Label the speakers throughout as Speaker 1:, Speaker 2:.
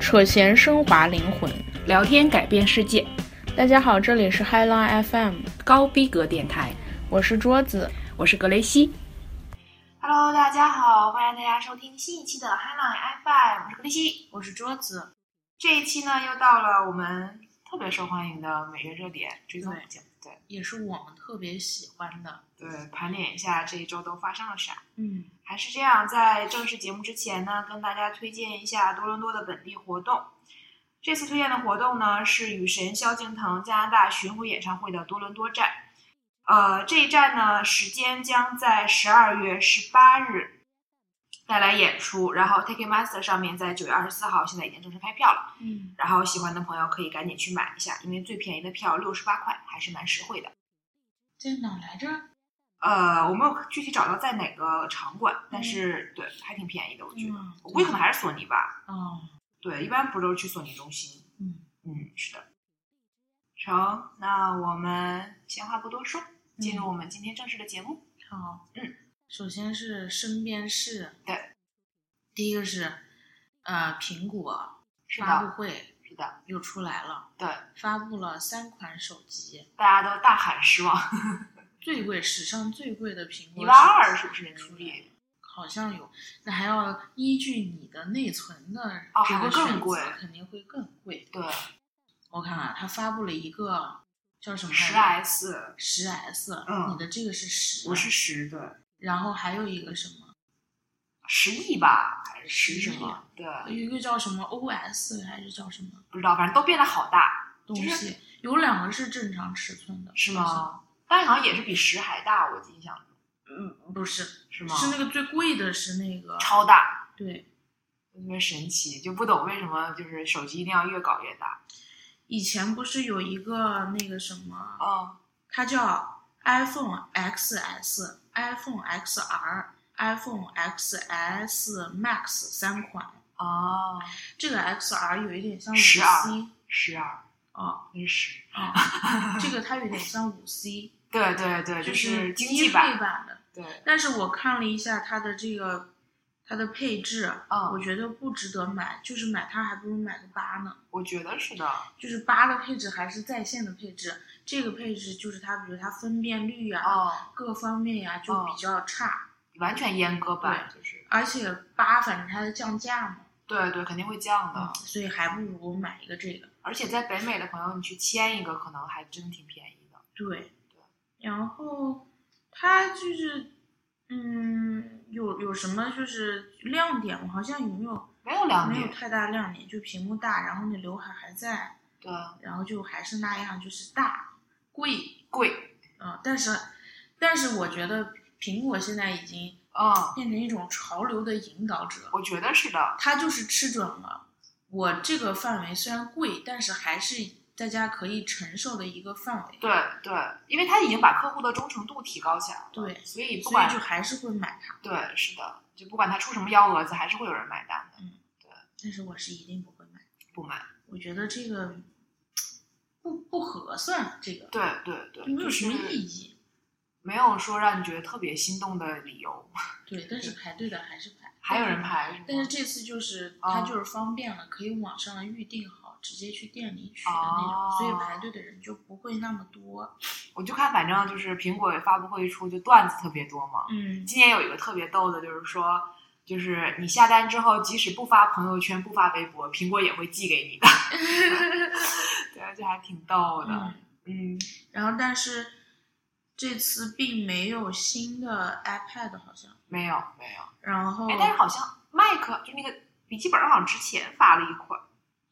Speaker 1: 扯闲升华灵魂。
Speaker 2: 聊天改变世界，
Speaker 1: 大家好，这里是 High Line FM，
Speaker 2: 高逼格电台，
Speaker 1: 我是桌子。
Speaker 2: 我是格雷西。
Speaker 3: Hello，大家好，欢迎大家收听新一期的 h i l i n FM，我是格丽西，我是桌子。这一期呢，又到了我们特别受欢迎的每月热点追踪
Speaker 1: 对
Speaker 3: 节目，对
Speaker 1: 也是我们特别喜欢的。
Speaker 3: 对，呃盘点一下这一周都发生了啥。
Speaker 1: 嗯，
Speaker 3: 还是这样，在正式节目之前呢，跟大家推荐一下多伦多的本地活动。这次推荐的活动呢是雨神萧敬腾加拿大巡回演唱会的多伦多站。呃，这一站呢，时间将在十二月十八日带来演出，然后 Ticketmaster 上面在九月二十四号现在已经正式开票了，
Speaker 1: 嗯，
Speaker 3: 然后喜欢的朋友可以赶紧去买一下，因为最便宜的票六十八块，还是蛮实惠的。
Speaker 1: 在哪来着？
Speaker 3: 呃，我没有具体找到在哪个场馆，但是、对，还挺便宜的，我觉得。
Speaker 1: 嗯
Speaker 3: 我估计可能还是索尼吧。
Speaker 1: 哦，
Speaker 3: 对，一般不都是去索尼中心？
Speaker 1: 嗯
Speaker 3: 嗯，是的。成，那我们闲话不多说，进
Speaker 1: 嗯
Speaker 3: 入我们今天正式的节目。
Speaker 1: 好。
Speaker 3: 嗯，
Speaker 1: 首先是身边事。
Speaker 3: 对，
Speaker 1: 第一个是，呃，苹果
Speaker 3: 是
Speaker 1: 发布
Speaker 3: 的，
Speaker 1: 会
Speaker 3: 是的，
Speaker 1: 又出来了，
Speaker 3: 对，
Speaker 1: 发布了三款手机，
Speaker 3: 大家都大喊失望，
Speaker 1: 最贵史上最贵的苹果
Speaker 3: 一万二是不是人
Speaker 1: 出
Speaker 3: 民
Speaker 1: 来
Speaker 3: 币？
Speaker 1: 好像有，那还要依据你的内存的
Speaker 3: 哦
Speaker 1: 这
Speaker 3: 还
Speaker 1: 个
Speaker 3: 会更
Speaker 1: 选择
Speaker 3: 贵
Speaker 1: 肯定会更贵。
Speaker 3: 对，
Speaker 1: 我看啊，它发布了一个叫什么
Speaker 3: 十 S，
Speaker 1: 十 S，
Speaker 3: 嗯
Speaker 1: 你的这个是十，
Speaker 3: 我是十，对，
Speaker 1: 然后还有一个什么，
Speaker 3: 十亿吧，还是十什
Speaker 1: 十亿啊
Speaker 3: 么？对，
Speaker 1: 有一个叫什么 OS 还是叫什么
Speaker 3: 不知道，反正都变得好大，
Speaker 1: 东
Speaker 3: 就
Speaker 1: 西，有两个是正常尺寸的，
Speaker 3: 是
Speaker 1: 好像？
Speaker 3: 吗？但好像也是比十还大，我印象中
Speaker 1: 嗯，不是，是
Speaker 3: 是吗？
Speaker 1: 那个最贵的是那个
Speaker 3: 超大，
Speaker 1: 对。
Speaker 3: 特别神奇，就不懂为什么就是手机一定要越搞越大。
Speaker 1: 以前不是有一个那个什么，
Speaker 3: 嗯，
Speaker 1: 它叫 iPhone XS、iPhone XR、iPhone XS Max 三款。
Speaker 3: 哦，
Speaker 1: 这个 XR 有一点像五
Speaker 3: 十二
Speaker 1: C
Speaker 3: 十二
Speaker 1: 啊
Speaker 3: 跟十，
Speaker 1: 啊，这个它有点像五 C，
Speaker 3: 对对对，
Speaker 1: 就
Speaker 3: 就是经
Speaker 1: 低
Speaker 3: 济
Speaker 1: 配
Speaker 3: 版，
Speaker 1: 版的。
Speaker 3: 对，
Speaker 1: 但是我看了一下它的这个它的配置，
Speaker 3: 嗯
Speaker 1: 我觉得不值得买，就是买它还不如买个八呢。
Speaker 3: 我觉得是的，
Speaker 1: 就是八的配置还是在线的配置，这个配置就是它，比如它分辨率呀、
Speaker 3: 哦，
Speaker 1: 各方面呀、就
Speaker 3: 哦
Speaker 1: 比较差。
Speaker 3: 完全阉割版，就是，
Speaker 1: 而且八反正它在降价嘛，啊
Speaker 3: 对对，肯定会降的，
Speaker 1: 所以还不如买一个这个。
Speaker 3: 而且在北美的朋友，你去签一个，可能还真挺便宜的。
Speaker 1: 对，然后它就是，嗯，有有什么就是亮点吗？好像有没有
Speaker 3: 没有两
Speaker 1: 没有
Speaker 3: 点，
Speaker 1: 太大亮点，就屏幕大，然后你刘海还在，
Speaker 3: 对，
Speaker 1: 然后就还是那样，就是大贵
Speaker 3: 贵，
Speaker 1: 啊、但是，但是我觉得苹果现在已经
Speaker 3: 嗯，
Speaker 1: 变成一种潮流的引导者，
Speaker 3: 我觉得是的，
Speaker 1: 他就是吃准了，我这个范围虽然贵，但是还是大家可以承受的一个范围。
Speaker 3: 对对，因为他已经把客户的忠诚度提高起来了，
Speaker 1: 对
Speaker 3: 所以不
Speaker 1: 所
Speaker 3: 管
Speaker 1: 以就还是会买它，
Speaker 3: 对，是的，就不管他出什么幺蛾子，还是会有人买单的。
Speaker 1: 但是我是一定不会买。
Speaker 3: 不买，
Speaker 1: 我觉得这个不不合算，这个
Speaker 3: 对对对，
Speaker 1: 没有什么意
Speaker 3: 义，
Speaker 1: 义。
Speaker 3: 没有说让你觉得特别心动的理由。
Speaker 1: 对，但是排队的还是排，
Speaker 3: 还有人。排
Speaker 1: 但
Speaker 3: 吗
Speaker 1: 是这次就是
Speaker 3: 哦
Speaker 1: 它就是方便了，可以网上预定好，直接去店里取的那
Speaker 3: 哦
Speaker 1: 种，所以排队的人就不会那么多。
Speaker 3: 我就看，反正就是苹果发布会一出，就段子特别多嘛。
Speaker 1: 嗯，
Speaker 3: 今年有一个特别逗的，就是说，就是你下单之后，即使不发朋友圈、不发微博，苹果也会寄给你 的。对，这还挺逗的。
Speaker 1: 嗯
Speaker 3: 嗯，
Speaker 1: 然后但是这次并没有新的 iPad 好像，
Speaker 3: 没有没有，
Speaker 1: 然后
Speaker 3: 哎，但是好像 Mac 就那个笔记本，好像之前发了一款，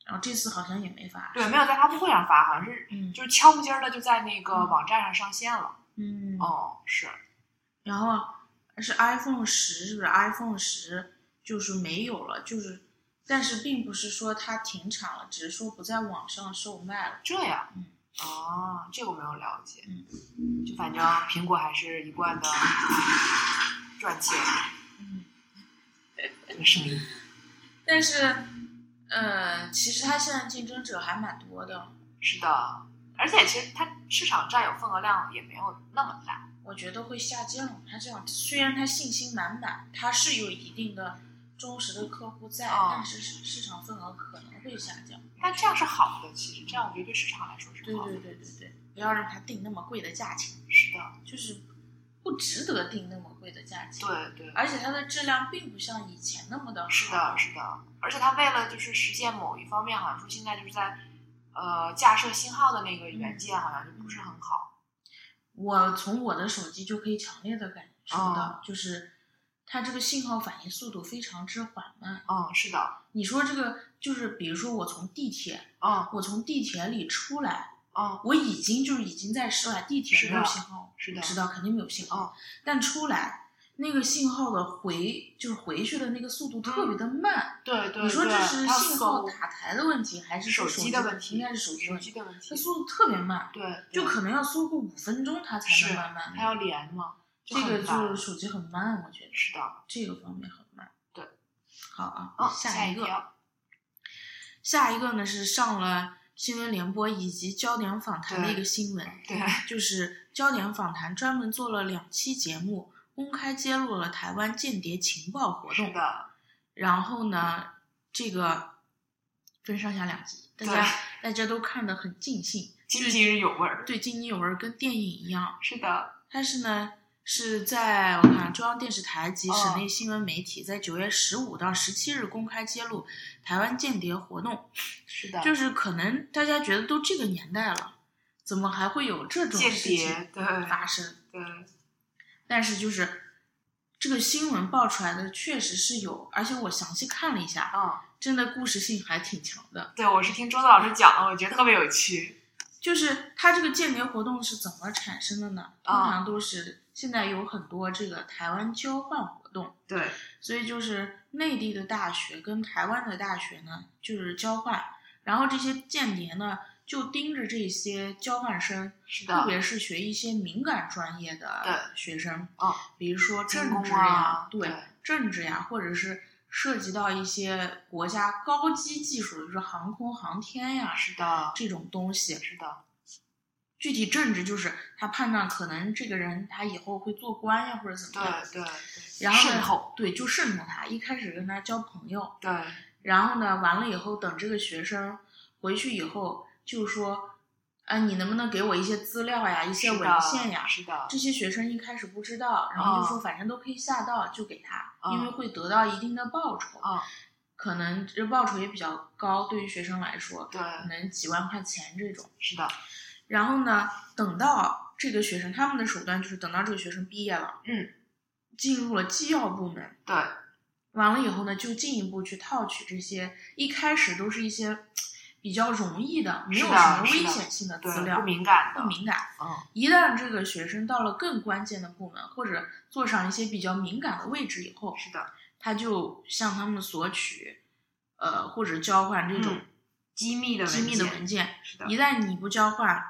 Speaker 1: 然后这次好像也没发，
Speaker 3: 对，没有在发布会上发，好像是
Speaker 1: 嗯
Speaker 3: 就是悄不尖儿的就在那个网站上上线了。
Speaker 1: 嗯，
Speaker 3: 哦，是，
Speaker 1: 然后是 iPhone 十是不是 iPhone 十就是没有了，就是但是并不是说它停产了，只是说不在网上售卖了。
Speaker 3: 这样，
Speaker 1: 嗯，
Speaker 3: 哦，这个我没有了解，嗯，就反正苹果还是一贯的赚钱，
Speaker 1: 嗯，
Speaker 3: 这个声音
Speaker 1: 但是呃，其实它现在竞争者还蛮多的，
Speaker 3: 是的，而且其实它市场占有份额量也没有那么大，
Speaker 1: 我觉得会下降。它这样虽然它信心满满，它是有一定的忠实的客户在，
Speaker 3: 哦
Speaker 1: 但是市市场份额可能会下降。
Speaker 3: 但这样是好的，其实这样我觉得对市场来说是
Speaker 1: 对
Speaker 3: 好的。
Speaker 1: 对对对对，不要让他定那么贵的价钱，
Speaker 3: 是的，
Speaker 1: 就是不值得定那么贵的价钱。，
Speaker 3: 对对，
Speaker 1: 而且它的质量并不像以前那么的好。
Speaker 3: 是的，是的。而且他为了就是实现某一方面，好像说现在就是在呃架设信号的那个元件好像就不是很好。
Speaker 1: 我从我的手机就可以强烈的感受到，就是它这个信号反应速度非常之缓慢。
Speaker 3: 嗯，是的，
Speaker 1: 你说这个就是，比如说我从地铁，
Speaker 3: 嗯
Speaker 1: 我从地铁里出来，
Speaker 3: 嗯，
Speaker 1: 我已经就是已经在室外，地铁
Speaker 3: 是的
Speaker 1: 没有信号，
Speaker 3: 是的哦
Speaker 1: 知道肯定没有信号，但出来。那个信号的回就是回去的那个速度特别的慢，
Speaker 3: 嗯对对
Speaker 1: 你说这
Speaker 3: 对
Speaker 1: 是
Speaker 3: 它
Speaker 1: 信号
Speaker 3: 搜
Speaker 1: 打台的问题还是
Speaker 3: 手
Speaker 1: 说
Speaker 3: 机的问题，
Speaker 1: 应该是手机
Speaker 3: 手
Speaker 1: 问
Speaker 3: 机
Speaker 1: 题，
Speaker 3: 的问题
Speaker 1: 它，速度特别慢，
Speaker 3: 对，对
Speaker 1: 就可能要搜个五分钟它才
Speaker 3: 是
Speaker 1: 能慢慢
Speaker 3: 还要连嘛，
Speaker 1: 这个
Speaker 3: 很烦
Speaker 1: 就是手机很慢，我觉得
Speaker 3: 是的，
Speaker 1: 这个方面很慢。
Speaker 3: 对，
Speaker 1: 好啊，
Speaker 3: 嗯，
Speaker 1: 下
Speaker 3: 一
Speaker 1: 个，下一个呢是上了新闻联播以及焦点访谈的
Speaker 3: 对
Speaker 1: 一个新闻，
Speaker 3: 对，啊
Speaker 1: 就是焦点访谈专门做了两期节目，公开揭露了台湾间谍情报活
Speaker 3: 是
Speaker 1: 动。
Speaker 3: 的，
Speaker 1: 然后呢，这个分上下两集，大家
Speaker 3: 对
Speaker 1: 大家都看得很尽兴，
Speaker 3: 津津有味儿，
Speaker 1: 对津津有味儿，跟电影一样。
Speaker 3: 是的，
Speaker 1: 但是呢，是在我看中央电视台
Speaker 3: 哦
Speaker 1: 及省内新闻媒体在九月十五到十七日公开揭露台湾间谍活动，
Speaker 3: 是的，
Speaker 1: 就是可能大家觉得都这个年代了，怎么还会有这种
Speaker 3: 间
Speaker 1: 事情嗯
Speaker 3: 谍，对
Speaker 1: 发生？
Speaker 3: 对，
Speaker 1: 但是就是这个新闻爆出来的确实是有，而且我详细看了一下，
Speaker 3: 嗯，
Speaker 1: 真的故事性还挺强的。
Speaker 3: 对，我是听周子老师讲的，我觉得特别有趣，
Speaker 1: 就是它这个间谍活动是怎么产生的呢？通
Speaker 3: 啊
Speaker 1: 常都是现在有很多这个台湾交换活动。
Speaker 3: 对，
Speaker 1: 所以就是内地的大学跟台湾的大学呢，就是交换，然后这些间谍呢就盯着这些交换生，
Speaker 3: 是
Speaker 1: 特
Speaker 3: 的，
Speaker 1: 别是学一些敏感专业的
Speaker 3: 对
Speaker 1: 学生，
Speaker 3: 嗯，
Speaker 1: 比如说政治
Speaker 3: 工啊
Speaker 1: 呀，对
Speaker 3: 对
Speaker 1: 政治呀，或者是涉及到一些国家高级技术，就是航空航天呀
Speaker 3: 是的，
Speaker 1: 这种东西。
Speaker 3: 是的，
Speaker 1: 具体政治就是他判断可能这个人他以后会做官呀，或者怎
Speaker 3: 对
Speaker 1: 么样。
Speaker 3: 对对，
Speaker 1: 然后
Speaker 3: 渗
Speaker 1: 呢
Speaker 3: 透，
Speaker 1: 对，就渗透他。一开始跟他交朋友，
Speaker 3: 对，
Speaker 1: 然后呢，完了以后，等这个学生回去以后，就说，啊，你能不能给我一些资料呀，一些
Speaker 3: 是
Speaker 1: 文
Speaker 3: 的
Speaker 1: 献呀？
Speaker 3: 是的，
Speaker 1: 这些学生一开始不知道，然后就说反正都可以下到，就给他，因为
Speaker 3: 嗯
Speaker 1: 会得到一定的报酬，
Speaker 3: 嗯，
Speaker 1: 可能这报酬也比较高，对于学生来说，
Speaker 3: 对，
Speaker 1: 可能几万块钱这种。
Speaker 3: 是的，
Speaker 1: 然后呢，等到这个学生，他们的手段就是等到这个学生毕业了，
Speaker 3: 嗯，
Speaker 1: 进入了机要部门，
Speaker 3: 对，
Speaker 1: 完了以后呢，就进一步去套取这些一开始都是一些比较容易的、没有
Speaker 3: 是的
Speaker 1: 什么
Speaker 3: 是
Speaker 1: 危
Speaker 3: 的
Speaker 1: 险性的资
Speaker 3: 对，
Speaker 1: 料，
Speaker 3: 不敏感的
Speaker 1: 不，敏哦感。
Speaker 3: 嗯，
Speaker 1: 一旦这个学生到了更关键的部门，或者坐上一些比较敏感的位置以后，
Speaker 3: 是的，
Speaker 1: 他就向他们索取，呃，或者交换这种
Speaker 3: 嗯机密的
Speaker 1: 机密的文
Speaker 3: 件，
Speaker 1: 件。
Speaker 3: 是的，
Speaker 1: 一旦你不交换，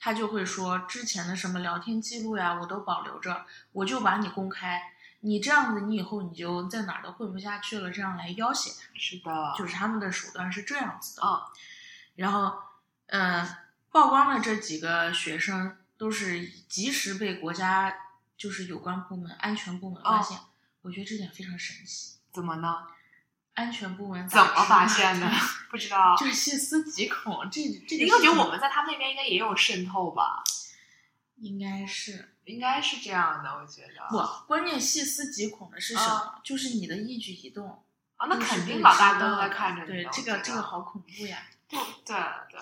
Speaker 1: 他就会说之前的什么聊天记录呀，我都保留着，我就把你公开。你这样子，你以后你就在哪儿都混不下去了，这样来要挟他。
Speaker 3: 是的，
Speaker 1: 就是他们的手段是这样子的。
Speaker 3: 嗯
Speaker 1: 然后，呃，曝光的这几个学生都是及时被国家就是有关部门、安全部门发
Speaker 3: 哦
Speaker 1: 现，我觉得这点非常神奇。
Speaker 3: 怎么呢？
Speaker 1: 安全部门
Speaker 3: 怎么
Speaker 1: 咋知道
Speaker 3: 发 现的？不知道。
Speaker 1: 就是细思极恐，这这个
Speaker 3: 因为我
Speaker 1: 事
Speaker 3: 觉得
Speaker 1: 情
Speaker 3: 我们在他们那边应该也有渗透吧，
Speaker 1: 应该是
Speaker 3: 应该是这样的，我觉得。
Speaker 1: 不，关键细思极恐的是什么？就是你的一举一动，
Speaker 3: 啊，嗯那
Speaker 1: 都是
Speaker 3: 肯定
Speaker 1: 被
Speaker 3: 老大
Speaker 1: 知道
Speaker 3: 都在
Speaker 1: 的
Speaker 3: 看着你
Speaker 1: 对
Speaker 3: 的。，
Speaker 1: 这
Speaker 3: 我
Speaker 1: 个
Speaker 3: 觉
Speaker 1: 这
Speaker 3: 得
Speaker 1: 个好恐怖呀！
Speaker 3: 对对对，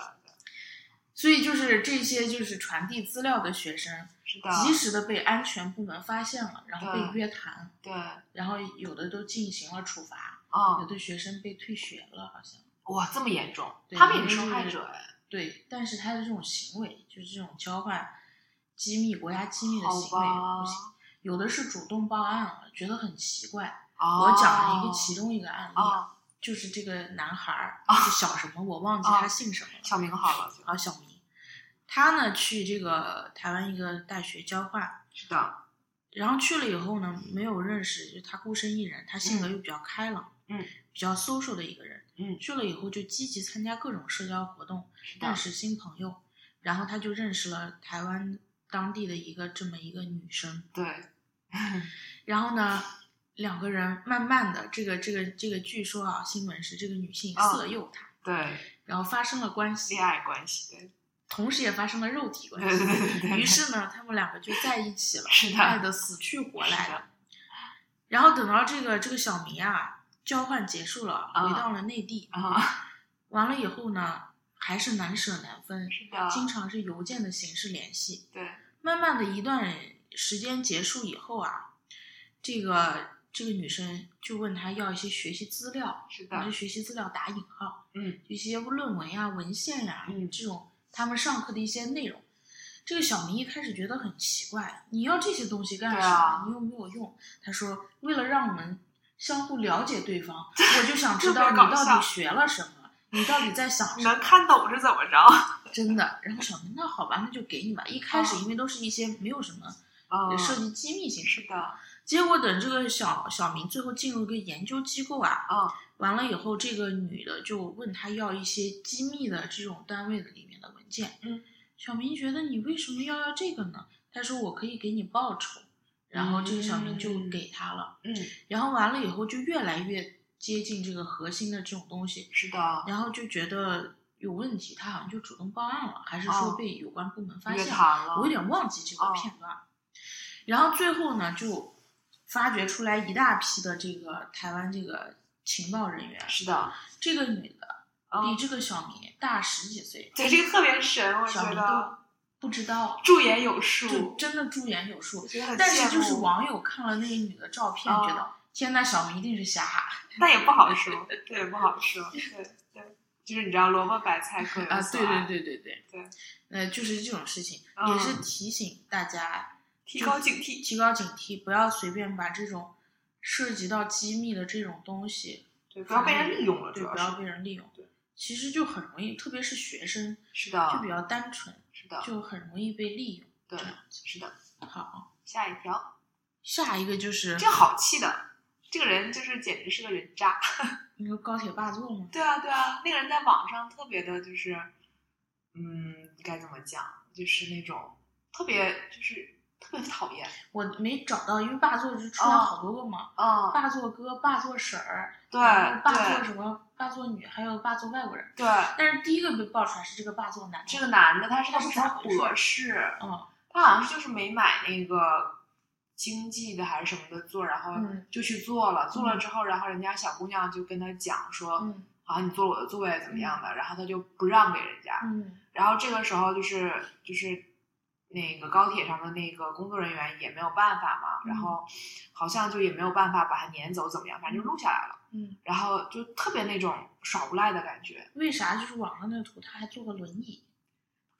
Speaker 1: 所以就是这些就是传递资料的学生，
Speaker 3: 是的，嗯
Speaker 1: 及时的被安全部门发现了，然后
Speaker 3: 对
Speaker 1: 被约谈，
Speaker 3: 对，
Speaker 1: 然后有的都进行了处罚，有
Speaker 3: 嗯，
Speaker 1: 的学生被退学了，好像。
Speaker 3: 哇，这么严重，
Speaker 1: 对
Speaker 3: 他们也
Speaker 1: 因
Speaker 3: 是
Speaker 1: 为
Speaker 3: 受害
Speaker 1: 是
Speaker 3: 者哎，
Speaker 1: 对，但是他的这种行为，就是这种交换机密、国家机密的
Speaker 3: 好
Speaker 1: 行为
Speaker 3: 吧
Speaker 1: 不行。有的是主动报案了，觉得很奇怪。
Speaker 3: 我
Speaker 1: 我讲
Speaker 3: 哦
Speaker 1: 了一个其中一个案例，
Speaker 3: 啊，
Speaker 1: 就是这个男孩儿，就小什么，我忘记他姓什么了。
Speaker 3: 哦小明好了，
Speaker 1: 啊，小明，他呢去这个台湾一个大学交换，
Speaker 3: 是的，
Speaker 1: 然后去了以后呢，没有认识，就他孤身一人，他性格
Speaker 3: 嗯
Speaker 1: 又比较开朗，
Speaker 3: 嗯，
Speaker 1: 比较 social 的一个人，
Speaker 3: 嗯
Speaker 1: 去了以后就积极参加各种社交活动，
Speaker 3: 是的
Speaker 1: 认，识新朋友，然后他就认识了台湾当地的一个这么一个女生，
Speaker 3: 对，
Speaker 1: 然后呢，两个人慢慢的，这个这个这个，据说啊，新闻是这个女性
Speaker 3: 哦
Speaker 1: 色诱他，
Speaker 3: 对，
Speaker 1: 然后发生了关系
Speaker 3: 恋，爱关系，对，
Speaker 1: 同时也发生了肉体关
Speaker 3: 对对
Speaker 1: 系。
Speaker 3: 对对对，
Speaker 1: 于是呢，他们两个就在一起了，
Speaker 3: 是的
Speaker 1: 爱的死去活来
Speaker 3: 是的
Speaker 1: 然后等到这个这个小明啊，交换结束了，
Speaker 3: 嗯
Speaker 1: 回到了内地，
Speaker 3: 啊，
Speaker 1: 完了以后呢，还是难舍难分，
Speaker 3: 是的，
Speaker 1: 经常是邮件的形式联系。
Speaker 3: 对，
Speaker 1: 慢慢的一段时间结束以后啊，这个这个女生就问他要一些学习资料，
Speaker 3: 是
Speaker 1: 我
Speaker 3: 的
Speaker 1: 这，学习资料打引号，
Speaker 3: 啊嗯，
Speaker 1: 一些论文呀、文献呀、
Speaker 3: 嗯
Speaker 1: 这种他们上课的一些内容。这个小明一开始觉得很奇怪，你要这些东西干什
Speaker 3: 对
Speaker 1: 么？
Speaker 3: 啊
Speaker 1: 你又没有用。他说，为了让我们相互了解对 方，我就想知道
Speaker 3: 特
Speaker 1: 你
Speaker 3: 别搞
Speaker 1: 到底
Speaker 3: 笑
Speaker 1: 学了什么，你到底在想什么。
Speaker 3: 能看懂是怎么着？
Speaker 1: 真的。然后小明，那好吧，那就给你吧。一开
Speaker 3: 啊
Speaker 1: 始因为都是一些没有什么
Speaker 3: 嗯，
Speaker 1: 涉及机密性
Speaker 3: 是的，
Speaker 1: 结果等这个小小明最后进入一个研究机构啊，
Speaker 3: 嗯，
Speaker 1: 完了以后，这个女的就问他要一些机密的这种单位的里面的文件。
Speaker 3: 嗯，
Speaker 1: 小明觉得你为什么要要这个呢？他说我可以给你报酬。然后这个小明就
Speaker 3: 嗯
Speaker 1: 给他了，
Speaker 3: 嗯，
Speaker 1: 然后完了以后就越来越接近这个核心的这种东西，
Speaker 3: 是的，
Speaker 1: 然后就觉得有问题，他好像就主动报案了，还是说
Speaker 3: 哦
Speaker 1: 被有关部门发
Speaker 3: 约
Speaker 1: 现了？
Speaker 3: 谈了，
Speaker 1: 我有点忘记这个
Speaker 3: 哦
Speaker 1: 片段。然后最后呢，就发掘出来一大批的这个台湾这个情报人员。
Speaker 3: 是的，
Speaker 1: 这个女的比
Speaker 3: 嗯，
Speaker 1: 这个小明大十几岁，
Speaker 3: 对，这个特别神，我
Speaker 1: 小
Speaker 3: 觉
Speaker 1: 明
Speaker 3: 得
Speaker 1: 都不知道，
Speaker 3: 驻颜有
Speaker 1: 就
Speaker 3: 术，
Speaker 1: 真的驻颜有术
Speaker 3: 我。觉得很
Speaker 1: 但是
Speaker 3: 羡
Speaker 1: 就是
Speaker 3: 慕
Speaker 1: 网友看了那个女的照片，
Speaker 3: 哦
Speaker 1: 觉得天呐，小明一定是瞎啊！
Speaker 3: 但也不好说，对，也不好说，对对，就是你知道萝卜白菜各有所
Speaker 1: 啊对对
Speaker 3: 爱，
Speaker 1: 对对对
Speaker 3: 啊对，
Speaker 1: 呃，就是这种事情，
Speaker 3: 嗯
Speaker 1: 也是提醒大家
Speaker 3: 提高警惕，
Speaker 1: 提高警惕，不要随便把这种涉及到机密的这种东西，
Speaker 3: 对，不要被人利用了，
Speaker 1: 对，
Speaker 3: 主
Speaker 1: 不
Speaker 3: 要
Speaker 1: 要
Speaker 3: 是，
Speaker 1: 被人利用
Speaker 3: 对。
Speaker 1: 其实就很容易，特别是学生，
Speaker 3: 是
Speaker 1: 就比
Speaker 3: 的，
Speaker 1: 较单纯，
Speaker 3: 是的，
Speaker 1: 就很容易被利用。
Speaker 3: 对
Speaker 1: 这样，
Speaker 3: 是的，
Speaker 1: 好，
Speaker 3: 下一条，
Speaker 1: 下一个就是
Speaker 3: 这好气的。这个人就是简直是个人渣，
Speaker 1: 你说高铁霸座吗？
Speaker 3: 对啊对啊，那个人在网上特别的，就是，嗯，该怎么讲，就是那种特别就是特别讨厌，
Speaker 1: 我没找到，因为霸座就出来
Speaker 3: 哦
Speaker 1: 好多个嘛，
Speaker 3: 嗯，
Speaker 1: 霸座哥、霸座婶儿，
Speaker 3: 对
Speaker 1: 然后嗯霸座
Speaker 3: 对
Speaker 1: 什么、霸座女，还有霸座外国人。
Speaker 3: 对，
Speaker 1: 但是第一个被爆出来是这个霸座男的，
Speaker 3: 这个男的他是
Speaker 1: 他
Speaker 3: 个
Speaker 1: 是
Speaker 3: 什
Speaker 1: 咋
Speaker 3: 么
Speaker 1: 回事
Speaker 3: 博士，
Speaker 1: 嗯
Speaker 3: 他好像是就是没买那个经济的还是什么的做，然后
Speaker 1: 嗯
Speaker 3: 就去做了，做了之后，然后人家小姑娘就跟他讲说，
Speaker 1: 嗯
Speaker 3: 好像你坐了我的座位怎么样的，然后他就不让给人家，
Speaker 1: 嗯
Speaker 3: 然后这个时候就是就是那个高铁上的那个工作人员也没有办法嘛，
Speaker 1: 嗯
Speaker 3: 然后好像就也没有办法把他撵走怎么样，反正就录下来了，
Speaker 1: 嗯，
Speaker 3: 然后就特别那种耍无赖的感觉，
Speaker 1: 为啥就是网上那个图他还坐个轮椅？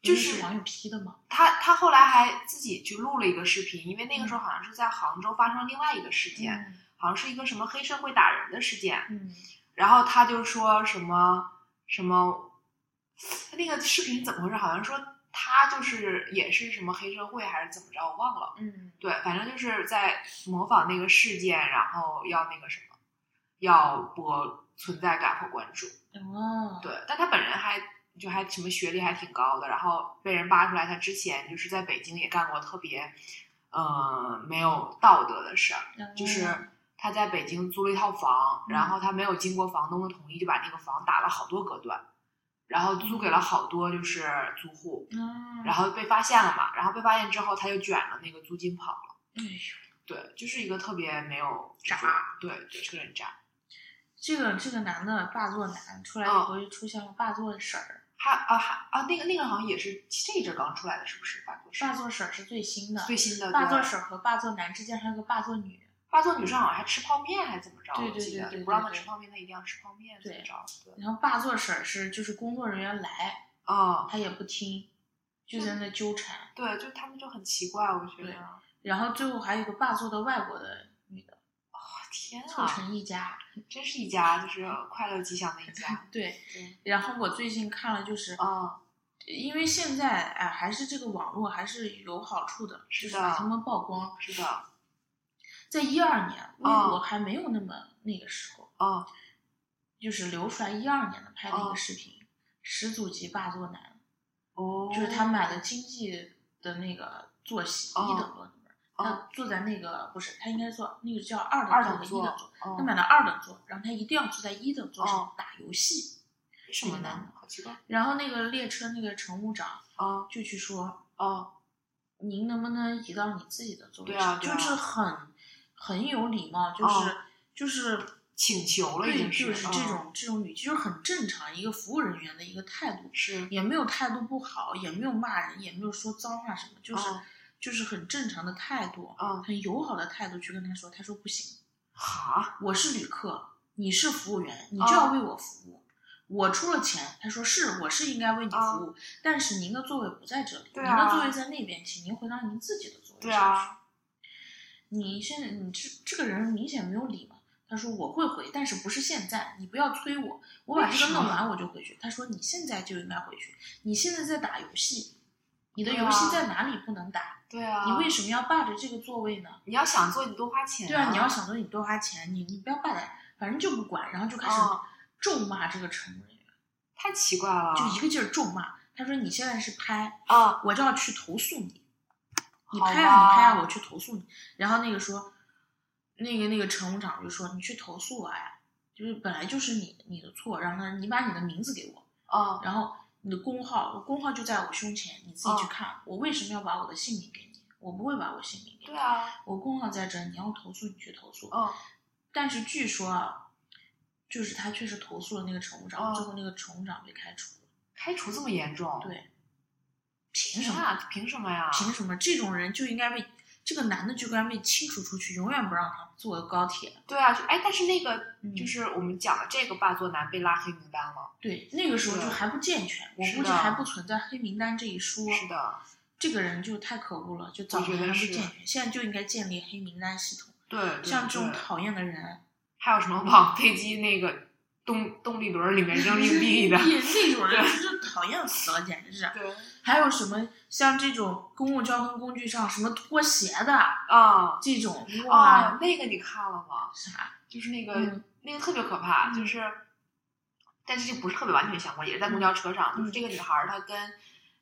Speaker 3: 就
Speaker 1: 因为
Speaker 3: 是
Speaker 1: 网友 P 的嘛。
Speaker 3: 他他后来还自己去录了一个视频，因为那个时候好像是在杭州发生了另外一个事件，好像是一个什么黑社会打人的事件，
Speaker 1: 嗯，
Speaker 3: 然后他就说什么什么，那个视频怎么回事？好像说他就是也是什么黑社会还是怎么着，我忘了。
Speaker 1: 嗯
Speaker 3: 对，反正就是在模仿那个事件，然后要那个什么，要博存在感和关注。
Speaker 1: 嗯，哦，
Speaker 3: 对，但他本人还就还什么学历还挺高的，然后被人扒出来，他之前就是在北京也干过特别，呃，没有道德的事儿，
Speaker 1: 嗯
Speaker 3: 就是他在北京租了一套房，
Speaker 1: 嗯
Speaker 3: 然后他没有经过房东的同意，就把那个房打了好多隔断，然后租给了好多就是租户，
Speaker 1: 嗯，
Speaker 3: 然后被发现了嘛，然后被发现之后他就卷了那个租金跑了，
Speaker 1: 哎呦，
Speaker 3: 对，就是一个特别没有
Speaker 1: 渣，
Speaker 3: 就是对，对，是个人渣。
Speaker 1: 这个这个男的霸座男出来以
Speaker 3: 哦
Speaker 1: 后就出现了霸座婶儿，
Speaker 3: 还啊还啊，那个那个好像也是这一阵儿刚出来的，是不是？法国
Speaker 1: 霸座婶儿是最新的，
Speaker 3: 最新的
Speaker 1: 霸座
Speaker 3: 对
Speaker 1: 婶儿和霸座男之间还有个霸座女，
Speaker 3: 霸座女生好像还吃泡面，还怎么着？
Speaker 1: 对
Speaker 3: 我
Speaker 1: 对
Speaker 3: 记
Speaker 1: 对
Speaker 3: 得
Speaker 1: 对
Speaker 3: 就
Speaker 1: 对
Speaker 3: 不让她
Speaker 1: 对
Speaker 3: 吃泡面，她一定要吃泡面，怎
Speaker 1: 对
Speaker 3: 么着？对，
Speaker 1: 然后霸座婶儿是就是工作人员来
Speaker 3: 啊、
Speaker 1: 他也不听，就在那纠缠，
Speaker 3: 对，就他们就很奇怪，我觉得，啊
Speaker 1: 对
Speaker 3: 我
Speaker 1: 然后最后还有个霸座的外国的女的
Speaker 3: 天
Speaker 1: 凑
Speaker 3: 啊，
Speaker 1: 成一家，
Speaker 3: 真是一家就是快乐吉祥的一 家。
Speaker 1: 对
Speaker 3: 对，
Speaker 1: 然后我最近看了就是
Speaker 3: 啊、
Speaker 1: 因为现在哎、还是这个网络还是有好处的，
Speaker 3: 是
Speaker 1: 就是把
Speaker 3: 的
Speaker 1: 他们曝光。
Speaker 3: 是的，啊、
Speaker 1: 在一二年，微
Speaker 3: 哦
Speaker 1: 博还没有那么那个时候，
Speaker 3: 嗯
Speaker 1: 就是流出来一二年的拍的一个
Speaker 3: 哦
Speaker 1: 视频，始祖级霸座男，
Speaker 3: 哦，
Speaker 1: 就是他买了经济的那个坐席一
Speaker 3: 哦
Speaker 1: 等座那边儿，他坐在那个不是，他应该坐那个叫二
Speaker 3: 二
Speaker 1: 等
Speaker 3: 等
Speaker 1: 座和一等
Speaker 3: 座
Speaker 1: 座，，
Speaker 3: 哦
Speaker 1: 他买了二等座，然后他一定要坐在一等座上
Speaker 3: 哦
Speaker 1: 打游戏。
Speaker 3: 为什么
Speaker 1: 那个
Speaker 3: 呢？好奇怪。
Speaker 1: 然后那个列车那个乘务长
Speaker 3: 哦
Speaker 1: 就去说
Speaker 3: 哦，：“
Speaker 1: 您能不能移到你自己的座位
Speaker 3: 对啊
Speaker 1: 上？”
Speaker 3: 对啊
Speaker 1: 就是很很有礼貌，就是、就是
Speaker 3: 请求了已
Speaker 1: 对，
Speaker 3: 经
Speaker 1: 就是是这种、这种语气，就是很正常一个服务人员的一个态度，
Speaker 3: 嗯是
Speaker 1: 也没有态度不好，也没有骂人，也没有说脏话什么，就是、
Speaker 3: 哦
Speaker 1: 就是很正常的态度，
Speaker 3: 哦
Speaker 1: 很友好的态度去跟他说。他说不行，
Speaker 3: 哈
Speaker 1: 我是旅客，你是服务员，你就要
Speaker 3: 哦
Speaker 1: 为我服务。我出了钱，他说是，我是应该为你服务，但是您的座位不在这里，
Speaker 3: 哦对
Speaker 1: 您的
Speaker 3: 啊
Speaker 1: 座位在那边，请您回到您自己的座位
Speaker 3: 对
Speaker 1: 上去。
Speaker 3: 啊
Speaker 1: 你现在你这这个人明显没有礼貌。他说我会回，但是不是现在，你不要催我，我把
Speaker 3: 为
Speaker 1: 这个
Speaker 3: 什
Speaker 1: 弄
Speaker 3: 么
Speaker 1: 完我就回去。他说你现在就应该回去，你现在在打游戏，你的
Speaker 3: 对
Speaker 1: 游戏
Speaker 3: 啊
Speaker 1: 在哪里不能打？
Speaker 3: 对啊，
Speaker 1: 你为什么要霸着这个座位呢？
Speaker 3: 你要想做你多花钱、
Speaker 1: 对啊，你要想着你多花钱，你你不要霸着，反正就不管，然后就开始
Speaker 3: 哦
Speaker 1: 咒骂这个乘务人员，
Speaker 3: 太奇怪了，
Speaker 1: 就一个劲儿咒骂。他说你现在是拍，
Speaker 3: 啊
Speaker 1: 我就要去投诉你。你
Speaker 3: 好
Speaker 1: 拍啊，你拍啊，
Speaker 3: 吧
Speaker 1: 我去投诉你。然后那个说，那个那个乘务长就说，你去投诉我呀，就是本来就是你你的错，然后呢，你把你的名字给我，
Speaker 3: 啊
Speaker 1: 然后你的工号，工号就在我胸前，你自己去
Speaker 3: 哦
Speaker 1: 看。我为什么要把我的姓名给你？我不会把我姓名给
Speaker 3: 对
Speaker 1: 你，
Speaker 3: 啊
Speaker 1: 我工号在这儿，你要投诉你去投诉。
Speaker 3: 嗯
Speaker 1: 但是据说啊，就是他确实投诉了那个乘务长，
Speaker 3: 哦
Speaker 1: 最后那个乘务长被开除了。
Speaker 3: 开除这么严重，
Speaker 1: 对，凭什么？
Speaker 3: 啊？凭什么呀？
Speaker 1: 凭什么这种人就应该被这个男的就该被清除出去，永远不让他坐高铁。
Speaker 3: 对啊，就哎，但是那个、
Speaker 1: 嗯
Speaker 3: 就是我们讲的这个霸座男被拉黑名单了，
Speaker 1: 对，那个时候
Speaker 3: 是
Speaker 1: 就还不健全，我
Speaker 3: 是
Speaker 1: 估计
Speaker 3: 的
Speaker 1: 还不存在黑名单这一说。
Speaker 3: 是的，
Speaker 1: 这个人就太可恶了，就早
Speaker 3: 我觉
Speaker 1: 年还不
Speaker 3: 得是
Speaker 1: 健全，现在就应该建立黑名单系统。
Speaker 3: 对，对
Speaker 1: 像这种
Speaker 3: 对
Speaker 1: 讨厌的人，，
Speaker 3: 还有什么往飞机那个动动力轮里面扔硬币的
Speaker 1: 也 那种人就是讨厌死了，简直是。
Speaker 3: 对
Speaker 1: 还有什么像这种公共交通工具上什么拖鞋的
Speaker 3: 啊
Speaker 1: 这种哇、
Speaker 3: 啊，那个你看了吗？
Speaker 1: 啥？
Speaker 3: 就是那个、
Speaker 1: 嗯
Speaker 3: 那个特别可怕，
Speaker 1: 嗯
Speaker 3: 就是，但是这不是特别完全相关，也是在公交车上，
Speaker 1: 嗯
Speaker 3: 就是这个女孩儿她跟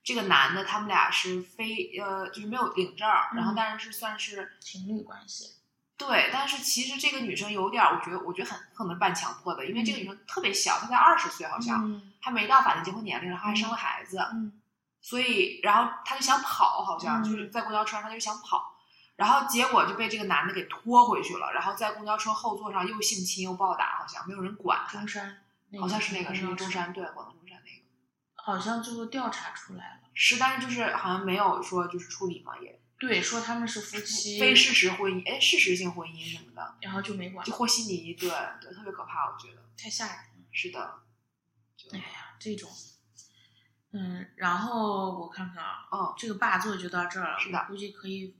Speaker 3: 这个男的，他们俩是非呃，就是没有领证儿，然后
Speaker 1: 嗯
Speaker 3: 但是是算是
Speaker 1: 情侣关系，
Speaker 3: 对，但是其实这个女生有点儿，我觉得我觉得很可能是半强迫的，因为这个女生特别小，她才二十岁好像，
Speaker 1: 嗯
Speaker 3: 还没到法定结婚年龄，然后还生了孩子，
Speaker 1: 嗯
Speaker 3: 所以然后她就想跑，好像、
Speaker 1: 嗯
Speaker 3: 就是在公交车上她就想跑，然后结果就被这个男的给拖回去了，然后在公交车后座上又性侵又暴打，好像没有人管，
Speaker 1: 中山，那
Speaker 3: 好像是那个是
Speaker 1: 公交
Speaker 3: 中
Speaker 1: 车
Speaker 3: 山对广东中山那个
Speaker 1: 好像最后调查出来了，
Speaker 3: 是，但是就是好像没有说就是处理嘛，也
Speaker 1: 对，说他们是夫妻，
Speaker 3: 非事实婚姻，哎，事实性婚姻什么的，
Speaker 1: 然后就没管
Speaker 3: 就，和稀泥，对对，特别可怕，我觉得
Speaker 1: 太吓人了。
Speaker 3: 是的，就
Speaker 1: 哎呀，这种，嗯，然后我看看啊，
Speaker 3: 嗯。
Speaker 1: 这个霸座就到这儿了，
Speaker 3: 是的
Speaker 1: 我估计可以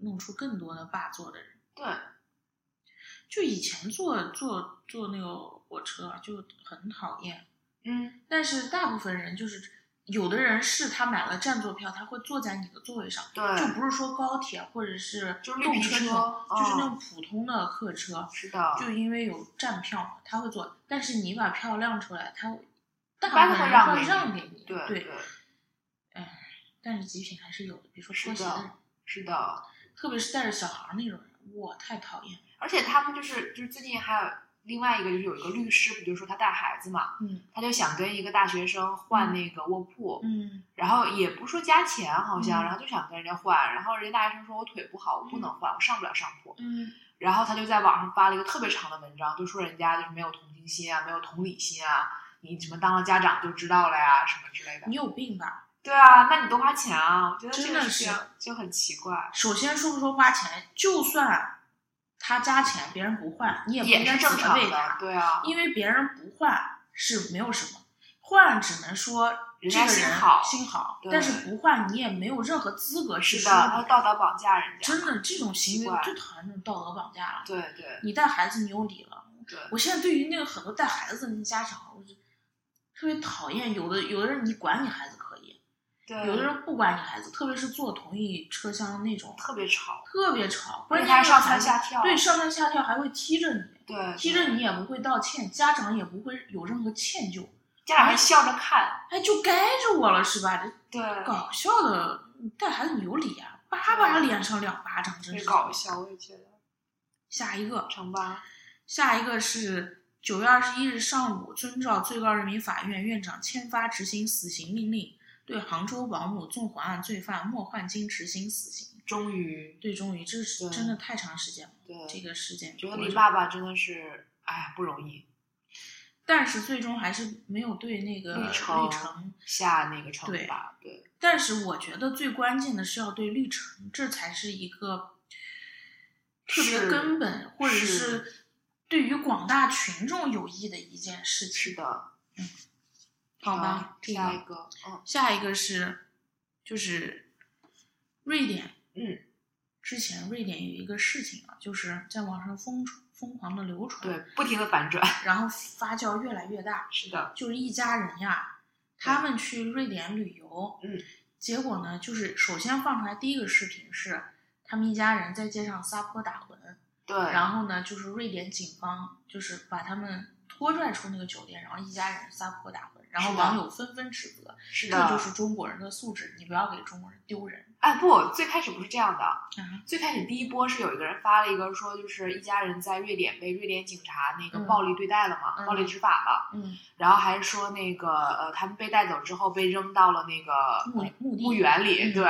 Speaker 1: 弄出更多的霸座的人。
Speaker 3: 对，
Speaker 1: 就以前坐坐坐那个火车啊就很讨厌，
Speaker 3: 嗯，
Speaker 1: 但是大部分人就是。有的人是他买了站座票，他会坐在你的座位上，
Speaker 3: 对
Speaker 1: 就不是说高铁或者是
Speaker 3: 就是绿
Speaker 1: 动
Speaker 3: 皮
Speaker 1: 车这
Speaker 3: 车
Speaker 1: 种，就是
Speaker 3: 嗯
Speaker 1: 那种普通的客车。
Speaker 3: 是的，
Speaker 1: 就因为有站票嘛，他会做，但是你把票亮出来，他会大
Speaker 3: 般
Speaker 1: 部分
Speaker 3: 会
Speaker 1: 人
Speaker 3: 让
Speaker 1: 会
Speaker 3: 给
Speaker 1: 让
Speaker 3: 你
Speaker 1: 给你，
Speaker 3: 对
Speaker 1: 对，哎，但是极品还是有的，比如说
Speaker 3: 是
Speaker 1: 拖鞋的人
Speaker 3: 的，，是的，
Speaker 1: 特别是带着小孩儿那种人，我太讨厌了，
Speaker 3: 而且他们就是就是最近还有另外一个就是有一个律师，比如说他带孩子嘛，
Speaker 1: 嗯
Speaker 3: 他就想跟一个大学生换那个卧铺，
Speaker 1: 嗯
Speaker 3: 然后也不说加钱好像，
Speaker 1: 嗯
Speaker 3: 然后就想跟人家换，然后人家大学生说我腿不好，我不能换，我上不了上铺，
Speaker 1: 嗯
Speaker 3: 然后他就在网上发了一个特别长的文章，就说人家就是没有同情心啊，没有同理心啊。你怎么当了家长就知道了呀，什么之类的
Speaker 1: 你。有病吧？
Speaker 3: 对啊，那你多花钱啊！我觉得
Speaker 1: 嗯
Speaker 3: 这
Speaker 1: 真
Speaker 3: 个
Speaker 1: 的
Speaker 3: 事情
Speaker 1: 是
Speaker 3: 就很奇怪。
Speaker 1: 首先说不说花钱，就算他加钱，别人不换，你也不应
Speaker 3: 也
Speaker 1: 该
Speaker 3: 是正
Speaker 1: 责
Speaker 3: 常
Speaker 1: 备
Speaker 3: 的
Speaker 1: 他，，
Speaker 3: 对啊，
Speaker 1: 因为别人不换是没有什么，换只能说
Speaker 3: 人
Speaker 1: 这
Speaker 3: 家
Speaker 1: 个
Speaker 3: 心
Speaker 1: 人
Speaker 3: 好
Speaker 1: 心好，
Speaker 3: 对
Speaker 1: 但是不换你也没有任何资格去
Speaker 3: 是的，
Speaker 1: 说
Speaker 3: 他
Speaker 1: 你
Speaker 3: 道德绑架人家，
Speaker 1: 真的这种行
Speaker 3: 奇
Speaker 1: 为
Speaker 3: 怪
Speaker 1: 最讨厌这种道德绑架了。
Speaker 3: 对对
Speaker 1: 你带孩子你有理了。
Speaker 3: 对，
Speaker 1: 我现在对于那个很多带孩子的那家长，我就特别讨厌。有的有的人你管你孩子可以，
Speaker 3: 对，
Speaker 1: 有的人不管你孩子，特别是坐同一车厢的那种，
Speaker 3: 特别吵，
Speaker 1: 特别吵，
Speaker 3: 而
Speaker 1: 关
Speaker 3: 且
Speaker 1: 键
Speaker 3: 他还
Speaker 1: 是
Speaker 3: 上
Speaker 1: 孩
Speaker 3: 蹿
Speaker 1: 子
Speaker 3: 下跳，
Speaker 1: 对上蹿下跳还会踢着你，
Speaker 3: 对，
Speaker 1: 踢
Speaker 3: 对
Speaker 1: 着你也不会道歉，家长也不会有任何歉疚，
Speaker 3: 家长还笑着看，
Speaker 1: 哎，就该着我了是吧？这
Speaker 3: 对，
Speaker 1: 搞笑的，你带孩子有理啊，叭叭脸上两巴掌，真
Speaker 3: 也
Speaker 1: 是
Speaker 3: 搞笑，我也觉得
Speaker 1: 下一个，
Speaker 3: 成吧，
Speaker 1: 下一个是九月二十一日上午，遵照最高人民法院院长签发执行死刑命令，对杭州保姆纵火案罪犯莫焕晶执行死刑。
Speaker 3: 终于，
Speaker 1: 对，终于，这是
Speaker 3: 对
Speaker 1: 真的太长时间了。
Speaker 3: 对
Speaker 1: 这个事件，
Speaker 3: 觉得李爸爸真的是，哎，不容易，
Speaker 1: 但是最终还是没有对那个
Speaker 3: 绿城
Speaker 1: 绿城。
Speaker 3: 下那个惩罚，对，
Speaker 1: 但是我觉得最关键的是要对绿城，这才是一个特别
Speaker 3: 是
Speaker 1: 根本，或者
Speaker 3: 是
Speaker 1: 是对于广大群众有益的一件事情。
Speaker 3: 是的，
Speaker 1: 好吧，这
Speaker 3: 下一
Speaker 1: 个
Speaker 3: 个，嗯，
Speaker 1: 下一个是就是瑞典，
Speaker 3: 嗯，
Speaker 1: 之前瑞典有一个事情啊，就是在网上疯传疯狂的流传，
Speaker 3: 对，不停的反转，
Speaker 1: 然后发酵越来越大，
Speaker 3: 是的，
Speaker 1: 就是一家人呀，他们去瑞典旅游，
Speaker 3: 嗯，
Speaker 1: 结果呢，就是首先放出来第一个视频是他们一家人在街上撒泼打滚，
Speaker 3: 对，
Speaker 1: 然后呢，就是瑞典警方就是把他们拖拽出那个酒店，然后一家人撒泼打滚，然后
Speaker 3: 是的
Speaker 1: 网友纷纷指责，
Speaker 3: 是
Speaker 1: 这
Speaker 3: 的，
Speaker 1: 就是中国人的素质，你不要给中国人丢人。
Speaker 3: 哎，不，最开始不是这样的。
Speaker 1: 嗯
Speaker 3: 最开始第一波是有一个人发了一个说，就是一家人在瑞典被瑞典警察那个
Speaker 1: 嗯
Speaker 3: 暴力对待了嘛，
Speaker 1: 嗯
Speaker 3: 暴力执法了，
Speaker 1: 嗯，
Speaker 3: 然后还说那个呃，他们被带走之后被扔到了那个
Speaker 1: 墓墓地
Speaker 3: 墓园里，
Speaker 1: 嗯
Speaker 3: 对。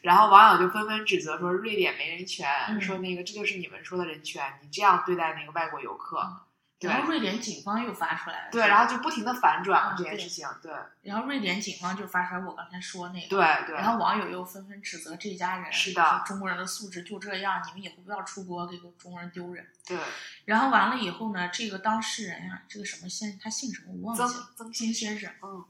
Speaker 3: 然后网友就纷纷指责说瑞典没人权，
Speaker 1: 嗯
Speaker 3: 说那个这就是你们说的人权，你这样对待那个外国游客，
Speaker 1: 嗯
Speaker 3: 对
Speaker 1: 然后瑞典警方又发出来了，
Speaker 3: 对，然后就不停的反转了
Speaker 1: 嗯
Speaker 3: 这件
Speaker 1: 对
Speaker 3: 事情，对
Speaker 1: 然后瑞典警方就发出来我刚才说那个，
Speaker 3: 对对。
Speaker 1: 然后网友又纷纷指责这家人，
Speaker 3: 是的
Speaker 1: 说中国人的素质就这样，你们以后不要出国给中国人丢人。
Speaker 3: 对
Speaker 1: 然后完了以后呢，这个当事人呀、这个什么先，他姓什么我忘记
Speaker 3: 曾
Speaker 1: 了，
Speaker 3: 曾
Speaker 1: 金
Speaker 3: 先
Speaker 1: 先生。
Speaker 3: 嗯，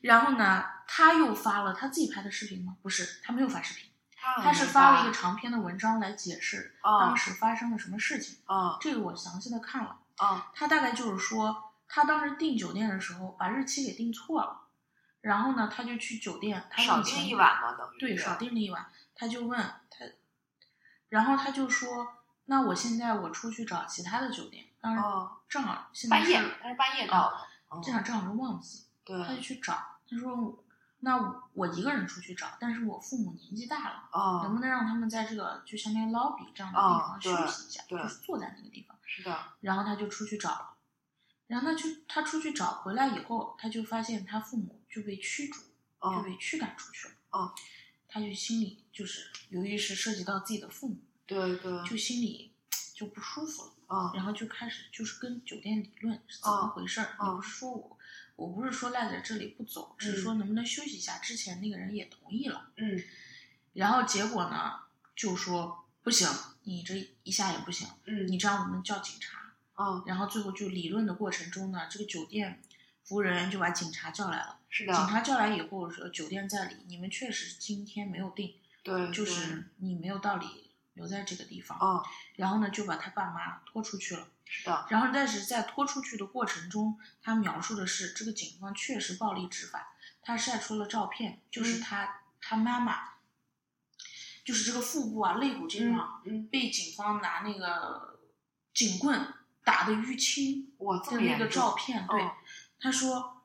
Speaker 1: 然后呢，他又发了他自己拍的视频吗？不是，他没有发视频，他
Speaker 3: 他
Speaker 1: 是发了一个长篇的文章来解释
Speaker 3: 嗯
Speaker 1: 当时发生了什么事情。
Speaker 3: 嗯
Speaker 1: 这个我详细的看了，
Speaker 3: 嗯
Speaker 1: 他大概就是说，他当时订酒店的时候把日期给订错了，然后呢，他就去酒店，他
Speaker 3: 少
Speaker 1: 以前
Speaker 3: 订一碗嘛，等于
Speaker 1: 嗯对，少订了一碗。他就问他，然后他就说：“那我现在我出去找其他的酒店，当然
Speaker 3: 哦，
Speaker 1: 正好现在
Speaker 3: 半
Speaker 1: 是
Speaker 3: 夜，他是半夜到的，嗯
Speaker 1: 正好正好是旺季，他就
Speaker 3: 对，
Speaker 1: 去找。他说我：‘那我我一个人出去找，但是我父母年纪大了，能
Speaker 3: 哦，
Speaker 1: 不能让他们在这个就相当于 lobby 这样的地方
Speaker 3: 嗯
Speaker 1: 休
Speaker 3: 对
Speaker 1: 息一下，
Speaker 3: 对
Speaker 1: 就是坐在那个地方。’
Speaker 3: 是的，
Speaker 1: 然后他就出去找了。然后他去他出去找回来以后，他就发现他父母就被驱逐，就
Speaker 3: 哦，
Speaker 1: 被驱赶出去了。
Speaker 3: 哦，
Speaker 1: 他就心里就是，由于是涉及到自己的父母，
Speaker 3: 对对，
Speaker 1: 就心里就不舒服了，
Speaker 3: 嗯
Speaker 1: 然后就开始就是跟酒店理论是怎么回事儿。
Speaker 3: 哦
Speaker 1: 你不是说我，我不是说赖在这里不走，只是说能不能休息一下。之前那个人也同意了，
Speaker 3: 嗯
Speaker 1: 然后结果呢，就说不行，你这一下也不行，
Speaker 3: 嗯
Speaker 1: 你这样我们叫警察。
Speaker 3: 嗯，
Speaker 1: 然后最后就理论的过程中呢，这个酒店服务人员就把警察叫来了。
Speaker 3: 是
Speaker 1: 警
Speaker 3: 的，
Speaker 1: 察叫来以后说酒店在理，你们确实今天没有定，
Speaker 3: 对，
Speaker 1: 就
Speaker 3: 嗯对，
Speaker 1: 是你没有道理留在这个地方。
Speaker 3: 嗯，
Speaker 1: 然后呢，就把他爸妈拖出去了。
Speaker 3: 是的，
Speaker 1: 然后，但是在拖出去的过程中，他描述的是这个警方确实暴力执法。他晒出了照片，就是
Speaker 3: 嗯
Speaker 1: 他、他妈妈，就是这个腹部啊、肋骨这地方、
Speaker 3: 嗯，
Speaker 1: 被警方拿那个警棍打的淤青
Speaker 3: 哇，这
Speaker 1: 的
Speaker 3: 么
Speaker 1: 那
Speaker 3: 严
Speaker 1: 个
Speaker 3: 重，
Speaker 1: 照片。对，
Speaker 3: 哦
Speaker 1: 他说：“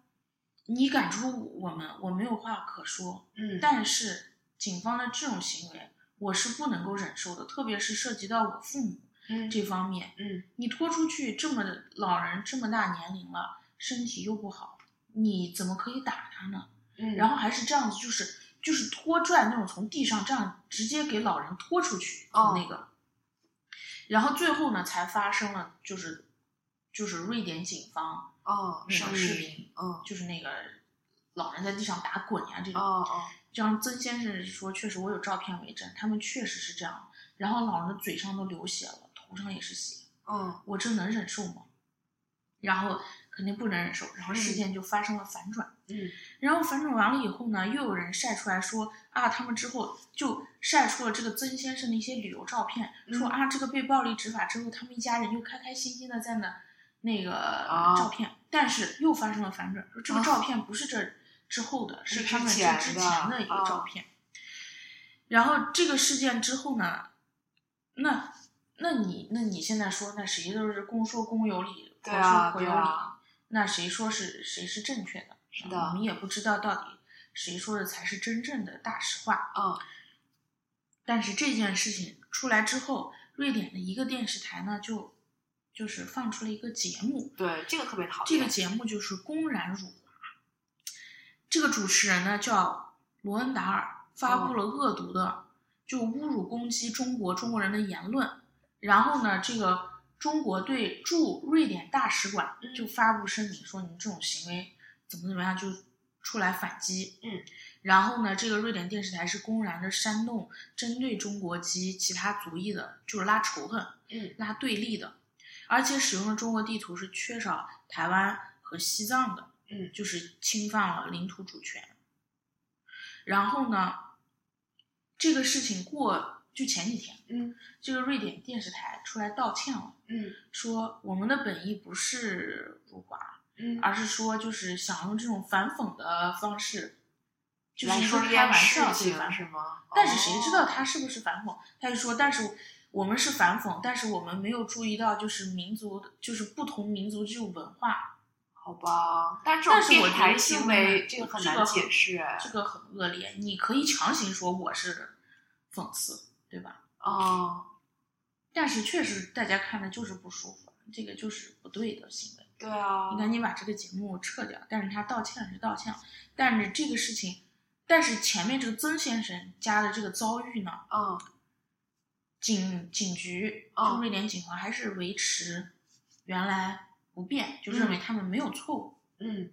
Speaker 1: 你赶出我们，我没有话可说。”
Speaker 3: 嗯，
Speaker 1: 但是警方的这种行为，我是不能够忍受的，特别是涉及到我父母
Speaker 3: 嗯
Speaker 1: 这方面。
Speaker 3: 嗯
Speaker 1: 你拖出去这么老人这么大年龄了，身体又不好，你怎么可以打他呢？
Speaker 3: 嗯，
Speaker 1: 然后还是这样子，就是就是拖拽那种从地上这样直接给老人拖出去
Speaker 3: 哦
Speaker 1: 那个。然后最后呢，才发生了就是就是瑞典警方
Speaker 3: 哦，
Speaker 1: 那
Speaker 3: 声
Speaker 1: 个视
Speaker 3: 音，
Speaker 1: 频，
Speaker 3: 嗯，
Speaker 1: 就是那个老人在地上打滚呀、这种。
Speaker 3: 哦哦，
Speaker 1: 就像曾先生说，确实我有照片为证，他们确实是这样。然后老人的嘴上都流血了，头上也是血，
Speaker 3: 嗯，
Speaker 1: 我这能忍受吗？然后肯定不能忍受，然后事件就发生了反转。
Speaker 3: 嗯，
Speaker 1: 然后反转完了以后呢，又有人晒出来说啊，他们之后就晒出了这个曾先生的一些旅游照片，说
Speaker 3: 嗯
Speaker 1: 啊，这个被暴力执法之后，他们一家人又开开心心的在那那个
Speaker 3: 啊
Speaker 1: 照片，但是又发生了反转，说这个
Speaker 3: 啊
Speaker 1: 照片不是这之后的，是
Speaker 3: 是
Speaker 1: 他们
Speaker 3: 之
Speaker 1: 这
Speaker 3: 前
Speaker 1: 之
Speaker 3: 的
Speaker 1: 前的一个
Speaker 3: 啊
Speaker 1: 照片。然后这个事件之后呢，那那你那你现在说，那谁都是公说公有理，
Speaker 3: 对
Speaker 1: 婆
Speaker 3: 啊
Speaker 1: 说婆有
Speaker 3: 对
Speaker 1: 理，
Speaker 3: 啊
Speaker 1: 那谁说是谁是正确的？啊
Speaker 3: 是的
Speaker 1: 我们也不知道到底谁说的才是真正的大实话。
Speaker 3: 嗯
Speaker 1: 但是这件事情出来之后，瑞典的一个电视台呢，就就是放出了一个节目，
Speaker 3: 对，这个特别讨
Speaker 1: 这
Speaker 3: 厌。
Speaker 1: 个节目就是公然辱华。这个主持人呢叫罗恩达尔，发
Speaker 3: 哦
Speaker 1: 布了恶毒的、就侮辱攻击中国中国人的言论，然后呢，这个中国对驻瑞典大使馆
Speaker 3: 嗯
Speaker 1: 就发布声明说你们这种行为怎么怎么样，就出来反击。
Speaker 3: 嗯，
Speaker 1: 然后呢，这个瑞典电视台是公然的煽动针对中国及其他族裔的，就是拉仇恨。
Speaker 3: 嗯
Speaker 1: 拉对立的，而且使用的中国地图是缺少台湾和西藏的，
Speaker 3: 嗯
Speaker 1: 就是侵犯了领土主权。然后呢，这个事情过就前几天，
Speaker 3: 嗯
Speaker 1: 这个瑞典电视台出来道歉了，
Speaker 3: 嗯
Speaker 1: 说我们的本意不是辱华，
Speaker 3: 嗯
Speaker 1: 而是说就是想用这种反讽的方式，就
Speaker 3: 来
Speaker 1: 是说
Speaker 3: 说这
Speaker 1: 开
Speaker 3: 件
Speaker 1: 玩
Speaker 3: 事
Speaker 1: 笑对
Speaker 3: 情
Speaker 1: 吧？
Speaker 3: 是吗？
Speaker 1: 但是谁知道
Speaker 3: 哦
Speaker 1: 他是不是反讽？他就说，但是我们是反讽，但是我们没有注意到，就是民族，就是不同民族这种文化，
Speaker 3: 好吧，但是
Speaker 1: 但
Speaker 3: 种
Speaker 1: 是
Speaker 3: 电
Speaker 1: 我
Speaker 3: 视
Speaker 1: 觉
Speaker 3: 台
Speaker 1: 得
Speaker 3: 行
Speaker 1: 这
Speaker 3: 为
Speaker 1: 个
Speaker 3: 这个很
Speaker 1: 这
Speaker 3: 难
Speaker 1: 个
Speaker 3: 解释哎。
Speaker 1: 这个很恶劣。你可以强行说我是讽刺，对吧？
Speaker 3: 哦，
Speaker 1: 但是确实大家看着就是不舒服，这个就是不对的行为。
Speaker 3: 对啊，
Speaker 1: 你赶紧把这个节目撤掉。但是他道歉是道歉，但是这个事情，但是前面这个曾先生家的这个遭遇呢，
Speaker 3: 嗯
Speaker 1: 警警局，
Speaker 3: 哦
Speaker 1: 就瑞典警方还是维持原来不变，就认为他们没有错误。
Speaker 3: 嗯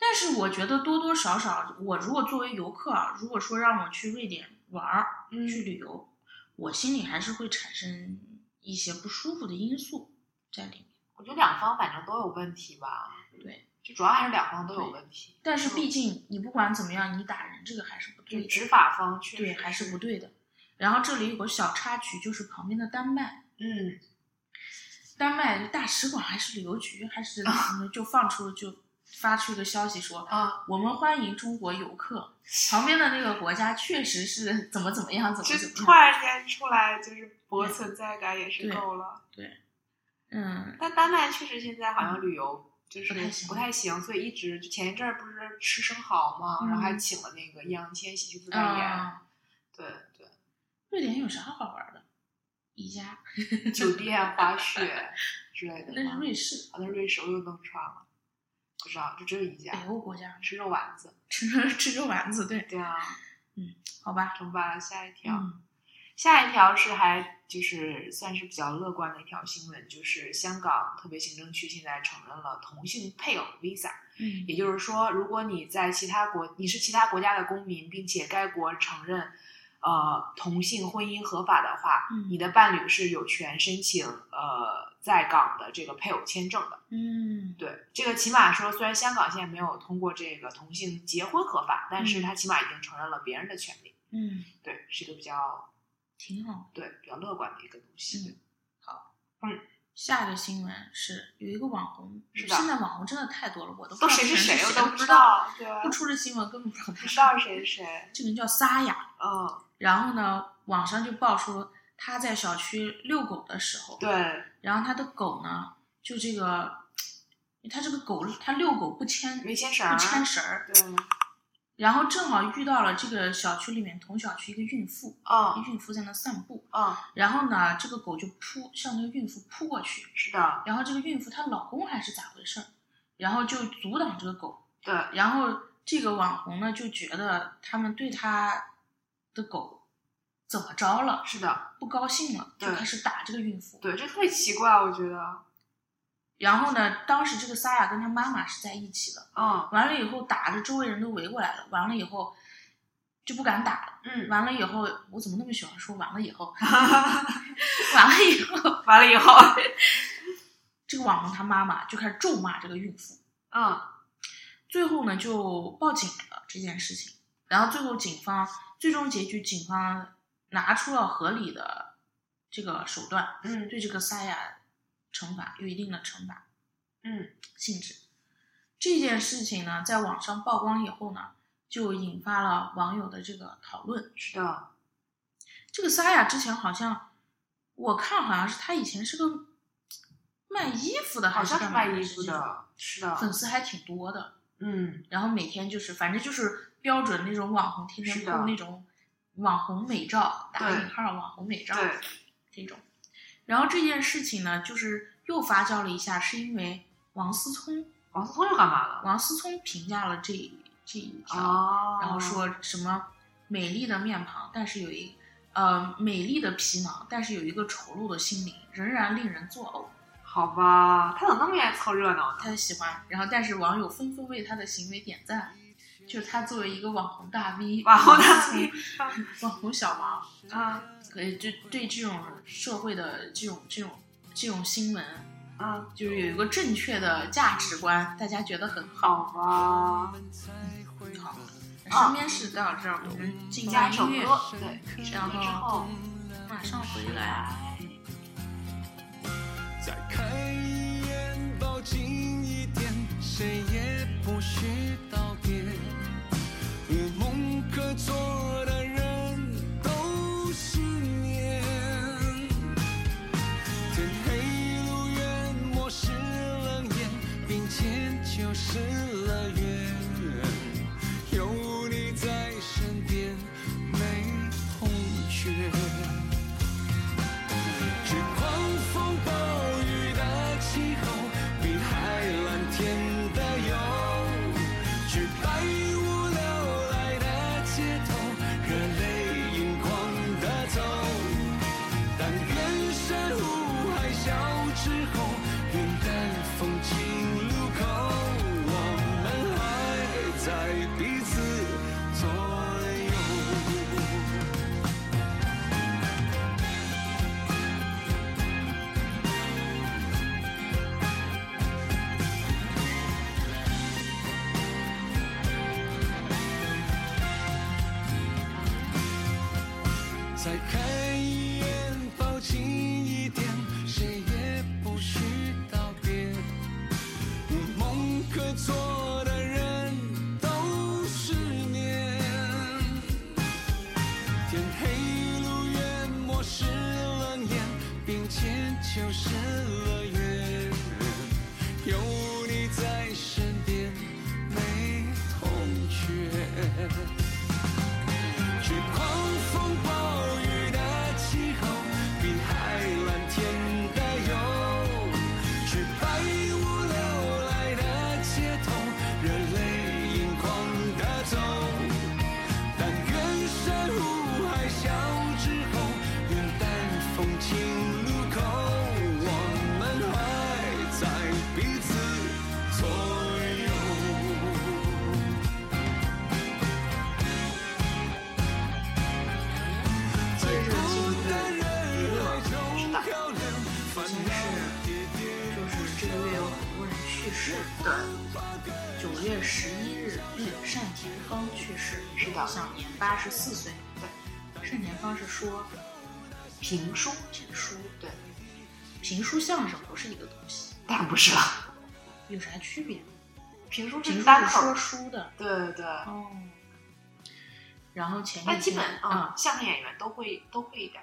Speaker 1: 但是我觉得多多少少，我如果作为游客啊，如果说让我去瑞典玩儿、
Speaker 3: 嗯，
Speaker 1: 去旅游，我心里还是会产生一些不舒服的因素在里面。
Speaker 3: 我觉得两方反正都有问题吧。
Speaker 1: 对，
Speaker 3: 就主要还是两方都有问题。
Speaker 1: 但是毕竟你不管怎么样，你打人这个还是不对
Speaker 3: 就
Speaker 1: 的，
Speaker 3: 执法方确实
Speaker 1: 对还是不对的。然后这里有个小插曲，就是旁边的丹麦，
Speaker 3: 嗯
Speaker 1: 丹麦大使馆还是旅游局还是嗯就放出就发出一个消息说，
Speaker 3: 啊，
Speaker 1: 我们欢迎中国游客。旁边的那个国家确实是怎么怎么样，怎
Speaker 3: 就
Speaker 1: 么怎
Speaker 3: 突
Speaker 1: 么样。
Speaker 3: 然间出来就是博存在感也是
Speaker 1: 嗯对
Speaker 3: 够了。
Speaker 1: 嗯，
Speaker 3: 但丹麦确实现在好像旅游就是
Speaker 1: 不太行
Speaker 3: 不太行，所以一直就前一阵儿不是吃生蚝嘛，
Speaker 1: 嗯
Speaker 3: 然后还请了那个易烊千玺去做代言。
Speaker 1: 啊，
Speaker 3: 对对，
Speaker 1: 瑞典有啥好玩的？宜家，
Speaker 3: 酒店滑雪之类的
Speaker 1: 那是
Speaker 3: 吗？
Speaker 1: 瑞士，
Speaker 3: 好像瑞士我又弄串了，不知道，就只有一家
Speaker 1: 北欧国家，
Speaker 3: 吃肉丸子。
Speaker 1: 吃着吃着丸子，对，
Speaker 3: 对啊，
Speaker 1: 好吧。
Speaker 3: 成吧，下一条。
Speaker 1: 嗯
Speaker 3: 下一条是还就是算是比较乐观的一条新闻，就是香港特别行政区现在承认了同性配偶 visa，
Speaker 1: 嗯
Speaker 3: 也就是说，如果你在其他国，你是其他国家的公民，并且该国承认，呃，同性婚姻合法的话，
Speaker 1: 嗯
Speaker 3: 你的伴侣是有权申请呃在港的这个配偶签证的。
Speaker 1: 嗯，
Speaker 3: 对，这个起码说，虽然香港现在没有通过这个同性结婚合法，但是
Speaker 1: 嗯
Speaker 3: 它起码已经承认了别人的权利。
Speaker 1: 嗯，
Speaker 3: 对，是一个比较
Speaker 1: 挺好。
Speaker 3: 对比较乐观的一个东
Speaker 1: 嗯
Speaker 3: 西。
Speaker 1: 下一个新闻是有一个网红，
Speaker 3: 是的
Speaker 1: 现在网红真的太多了，我都不知
Speaker 3: 都
Speaker 1: 道
Speaker 3: 谁是
Speaker 1: 谁
Speaker 3: 谁，我
Speaker 1: 都
Speaker 3: 都不知，道，对吧
Speaker 1: 不？出这新闻根本不知道
Speaker 3: 不
Speaker 1: 他
Speaker 3: 知道谁是谁，
Speaker 1: 这个人叫沙雅，
Speaker 3: 嗯，
Speaker 1: 然后呢，网上就爆出他在小区遛狗的时候，
Speaker 3: 对，
Speaker 1: 然后他的狗呢，就这个，他这个狗他遛狗不牵
Speaker 3: 没牵绳儿
Speaker 1: 不，牵绳儿，
Speaker 3: 对，
Speaker 1: 然后正好遇到了这个小区里面同小区一个孕妇，
Speaker 3: 嗯
Speaker 1: 孕妇在那散步，
Speaker 3: 嗯，
Speaker 1: 然后呢，这个狗就扑向那个孕妇扑过去，
Speaker 3: 是的，
Speaker 1: 然后这个孕妇她老公还是咋回事儿，然后就阻挡这个狗，
Speaker 3: 对，
Speaker 1: 然后这个网红呢就觉得他们对他的狗怎么着了。
Speaker 3: 是的，
Speaker 1: 不高兴了，就
Speaker 3: 对
Speaker 1: 开始打这个孕妇。
Speaker 3: 对，这特别奇怪，我觉得，
Speaker 1: 然后呢，当时这个萨雅跟她妈妈是在一起的，
Speaker 3: 嗯
Speaker 1: 完了以后打着周围人都围过来了，完了以后就不敢打了。
Speaker 3: 嗯，
Speaker 1: 完了以后，我怎么那么喜欢说完了以 后？完了以后，
Speaker 3: 完了以后，
Speaker 1: 这个网红他妈妈就开始咒骂这个孕妇，
Speaker 3: 嗯
Speaker 1: 最后呢就报警了这件事情。然后最后警方最终结局，警方拿出了合理的这个手段，
Speaker 3: 嗯
Speaker 1: 对这个萨雅惩罚有一定的惩罚。
Speaker 3: 嗯
Speaker 1: 性质。这件事情呢，在网上曝光以后呢，就引发了网友的这个讨论。
Speaker 3: 是的，
Speaker 1: 这个萨雅之前好像，我看好像是她以前是个卖衣服的
Speaker 3: 好
Speaker 1: 还
Speaker 3: 像是
Speaker 1: 干嘛
Speaker 3: 卖衣服
Speaker 1: 这种
Speaker 3: 的，是的，
Speaker 1: 粉丝还挺多的。
Speaker 3: 嗯，
Speaker 1: 然后每天就是，反正就是标准那种网红，天天
Speaker 3: 是的
Speaker 1: 拍那种网红美照，打
Speaker 3: 对
Speaker 1: 引号网红美照
Speaker 3: 对，
Speaker 1: 这种。然后这件事情呢，就是又发酵了一下，是因为王思聪，
Speaker 3: 王思聪又干嘛了？
Speaker 1: 王思聪评价了这一这一条，
Speaker 3: 哦，
Speaker 1: 啊然后说什么美丽的面庞，但是有一呃美丽的皮囊，但是有一个丑陋的心灵，仍然令人作呕。
Speaker 3: 好吧，他怎么那么愿意凑热闹呢？
Speaker 1: 他喜欢，然后但是网友纷纷为他的行为点赞，就是他作为一个网红大 V，
Speaker 3: 网红大
Speaker 1: V，
Speaker 3: V
Speaker 1: 网红小王，
Speaker 3: 嗯
Speaker 1: 可以就对这种社会的这种这种这种新闻，
Speaker 3: 嗯，
Speaker 1: 就是有一个正确的价值观，大家觉得很好。
Speaker 3: 好吧，
Speaker 1: 嗯好，
Speaker 3: 啊
Speaker 1: 身边事到这儿，我们进
Speaker 3: 加
Speaker 1: 段
Speaker 3: 一嗯首
Speaker 1: 音乐，啊
Speaker 3: 歌，对，一首
Speaker 1: 然
Speaker 3: 歌之
Speaker 1: 后
Speaker 3: 后，
Speaker 1: 马上回来。啊
Speaker 4: 再开一眼，抱紧一点，谁也不许道别。无梦可做的人都失眠。天黑路远，漠视冷眼，并肩就是乐园。有你在身边，没空缺。是狂风暴雨的气候，比海蓝天的忧。去百无聊赖的街头，热泪盈眶的走。但愿山呼海啸之后，云淡风轻路口，我们还在彼此左右。再看一眼，抱紧一点，谁也不许道别。无梦可做的人都失眠。天黑路远，漠视冷眼，并肩就是乐园。有你在身边，没空缺。是狂风暴雨的气候，比海蓝天的忧。是百无聊赖的街头，热泪盈眶的走。但愿山呼海啸之后，云淡风轻路口，我们还在彼此左右。
Speaker 1: 接着进入
Speaker 4: 的人
Speaker 1: 娱乐，
Speaker 3: 是的，
Speaker 1: 首先是就是这个月有很多人去世，
Speaker 3: 对，
Speaker 1: 九月十一日，嗯单田芳去世，
Speaker 3: 是的
Speaker 1: 享年八十四岁。对，单田芳是说
Speaker 3: 评书，
Speaker 1: 评书，
Speaker 3: 对，
Speaker 1: 评书相声不是一个东西，
Speaker 3: 当然不是了，
Speaker 1: 有啥区别？
Speaker 3: 评书
Speaker 1: 评
Speaker 3: 是嗯
Speaker 1: 书
Speaker 3: 单
Speaker 1: 是
Speaker 3: 口
Speaker 1: 说
Speaker 3: 儿，
Speaker 1: 书的
Speaker 3: 对对，
Speaker 1: 哦。然后前
Speaker 3: 但
Speaker 1: 面
Speaker 3: 基本啊，
Speaker 1: 啊
Speaker 3: 嗯相声演员都会都会一点，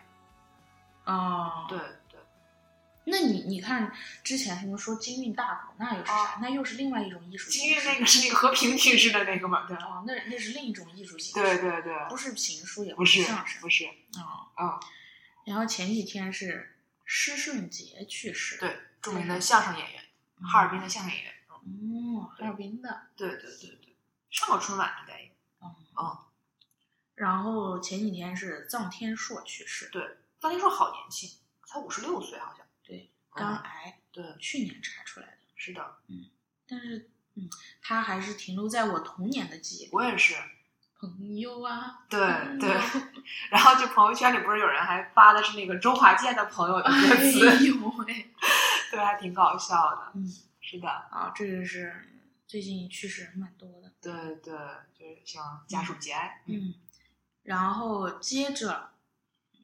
Speaker 1: 哦，
Speaker 3: 对，对，
Speaker 1: 那你你看之前什么说京韵大鼓，那又是啥？那又是另外一种艺术
Speaker 3: 金
Speaker 1: 形
Speaker 3: 哦韵
Speaker 1: 式。
Speaker 3: 那个是那个和平去世的那个嘛，对吧？
Speaker 1: 哦，那那 是另一种艺术形
Speaker 3: 对
Speaker 1: 式，
Speaker 3: 对对，
Speaker 1: 不是评书，也
Speaker 3: 不是
Speaker 1: 相声
Speaker 3: 不是，
Speaker 1: 啊。
Speaker 3: 嗯，
Speaker 1: 然后前几天是施顺杰去世，嗯
Speaker 3: 对，著名的相声演员，哈尔滨的相声演员，嗯
Speaker 1: 哦，哈尔滨的。
Speaker 3: 对对对对，上过春晚应该也，
Speaker 1: 然后前几天是臧天朔去
Speaker 3: 嗯
Speaker 1: 世，
Speaker 3: 臧天朔好年轻，才五十六岁好像，
Speaker 1: 对，肝
Speaker 3: 嗯，
Speaker 1: 癌，
Speaker 3: 对，
Speaker 1: 去年查出来的，
Speaker 3: 是的，
Speaker 1: 但是嗯，他还是停留在我童年的记忆里。
Speaker 3: 我也是，
Speaker 1: 朋友啊，
Speaker 3: 对
Speaker 1: 朋
Speaker 3: 对
Speaker 1: 友，
Speaker 3: 然后就朋友圈里不是有人还发的是那个周华健的朋友的歌
Speaker 1: 哎
Speaker 3: 词，
Speaker 1: 呦喂，
Speaker 3: 对，还挺搞笑的，
Speaker 1: 嗯，
Speaker 3: 是的，
Speaker 1: 啊，这个是最近去世人蛮多的，
Speaker 3: 对对，就是希望家属节哀，
Speaker 1: 嗯，然后接着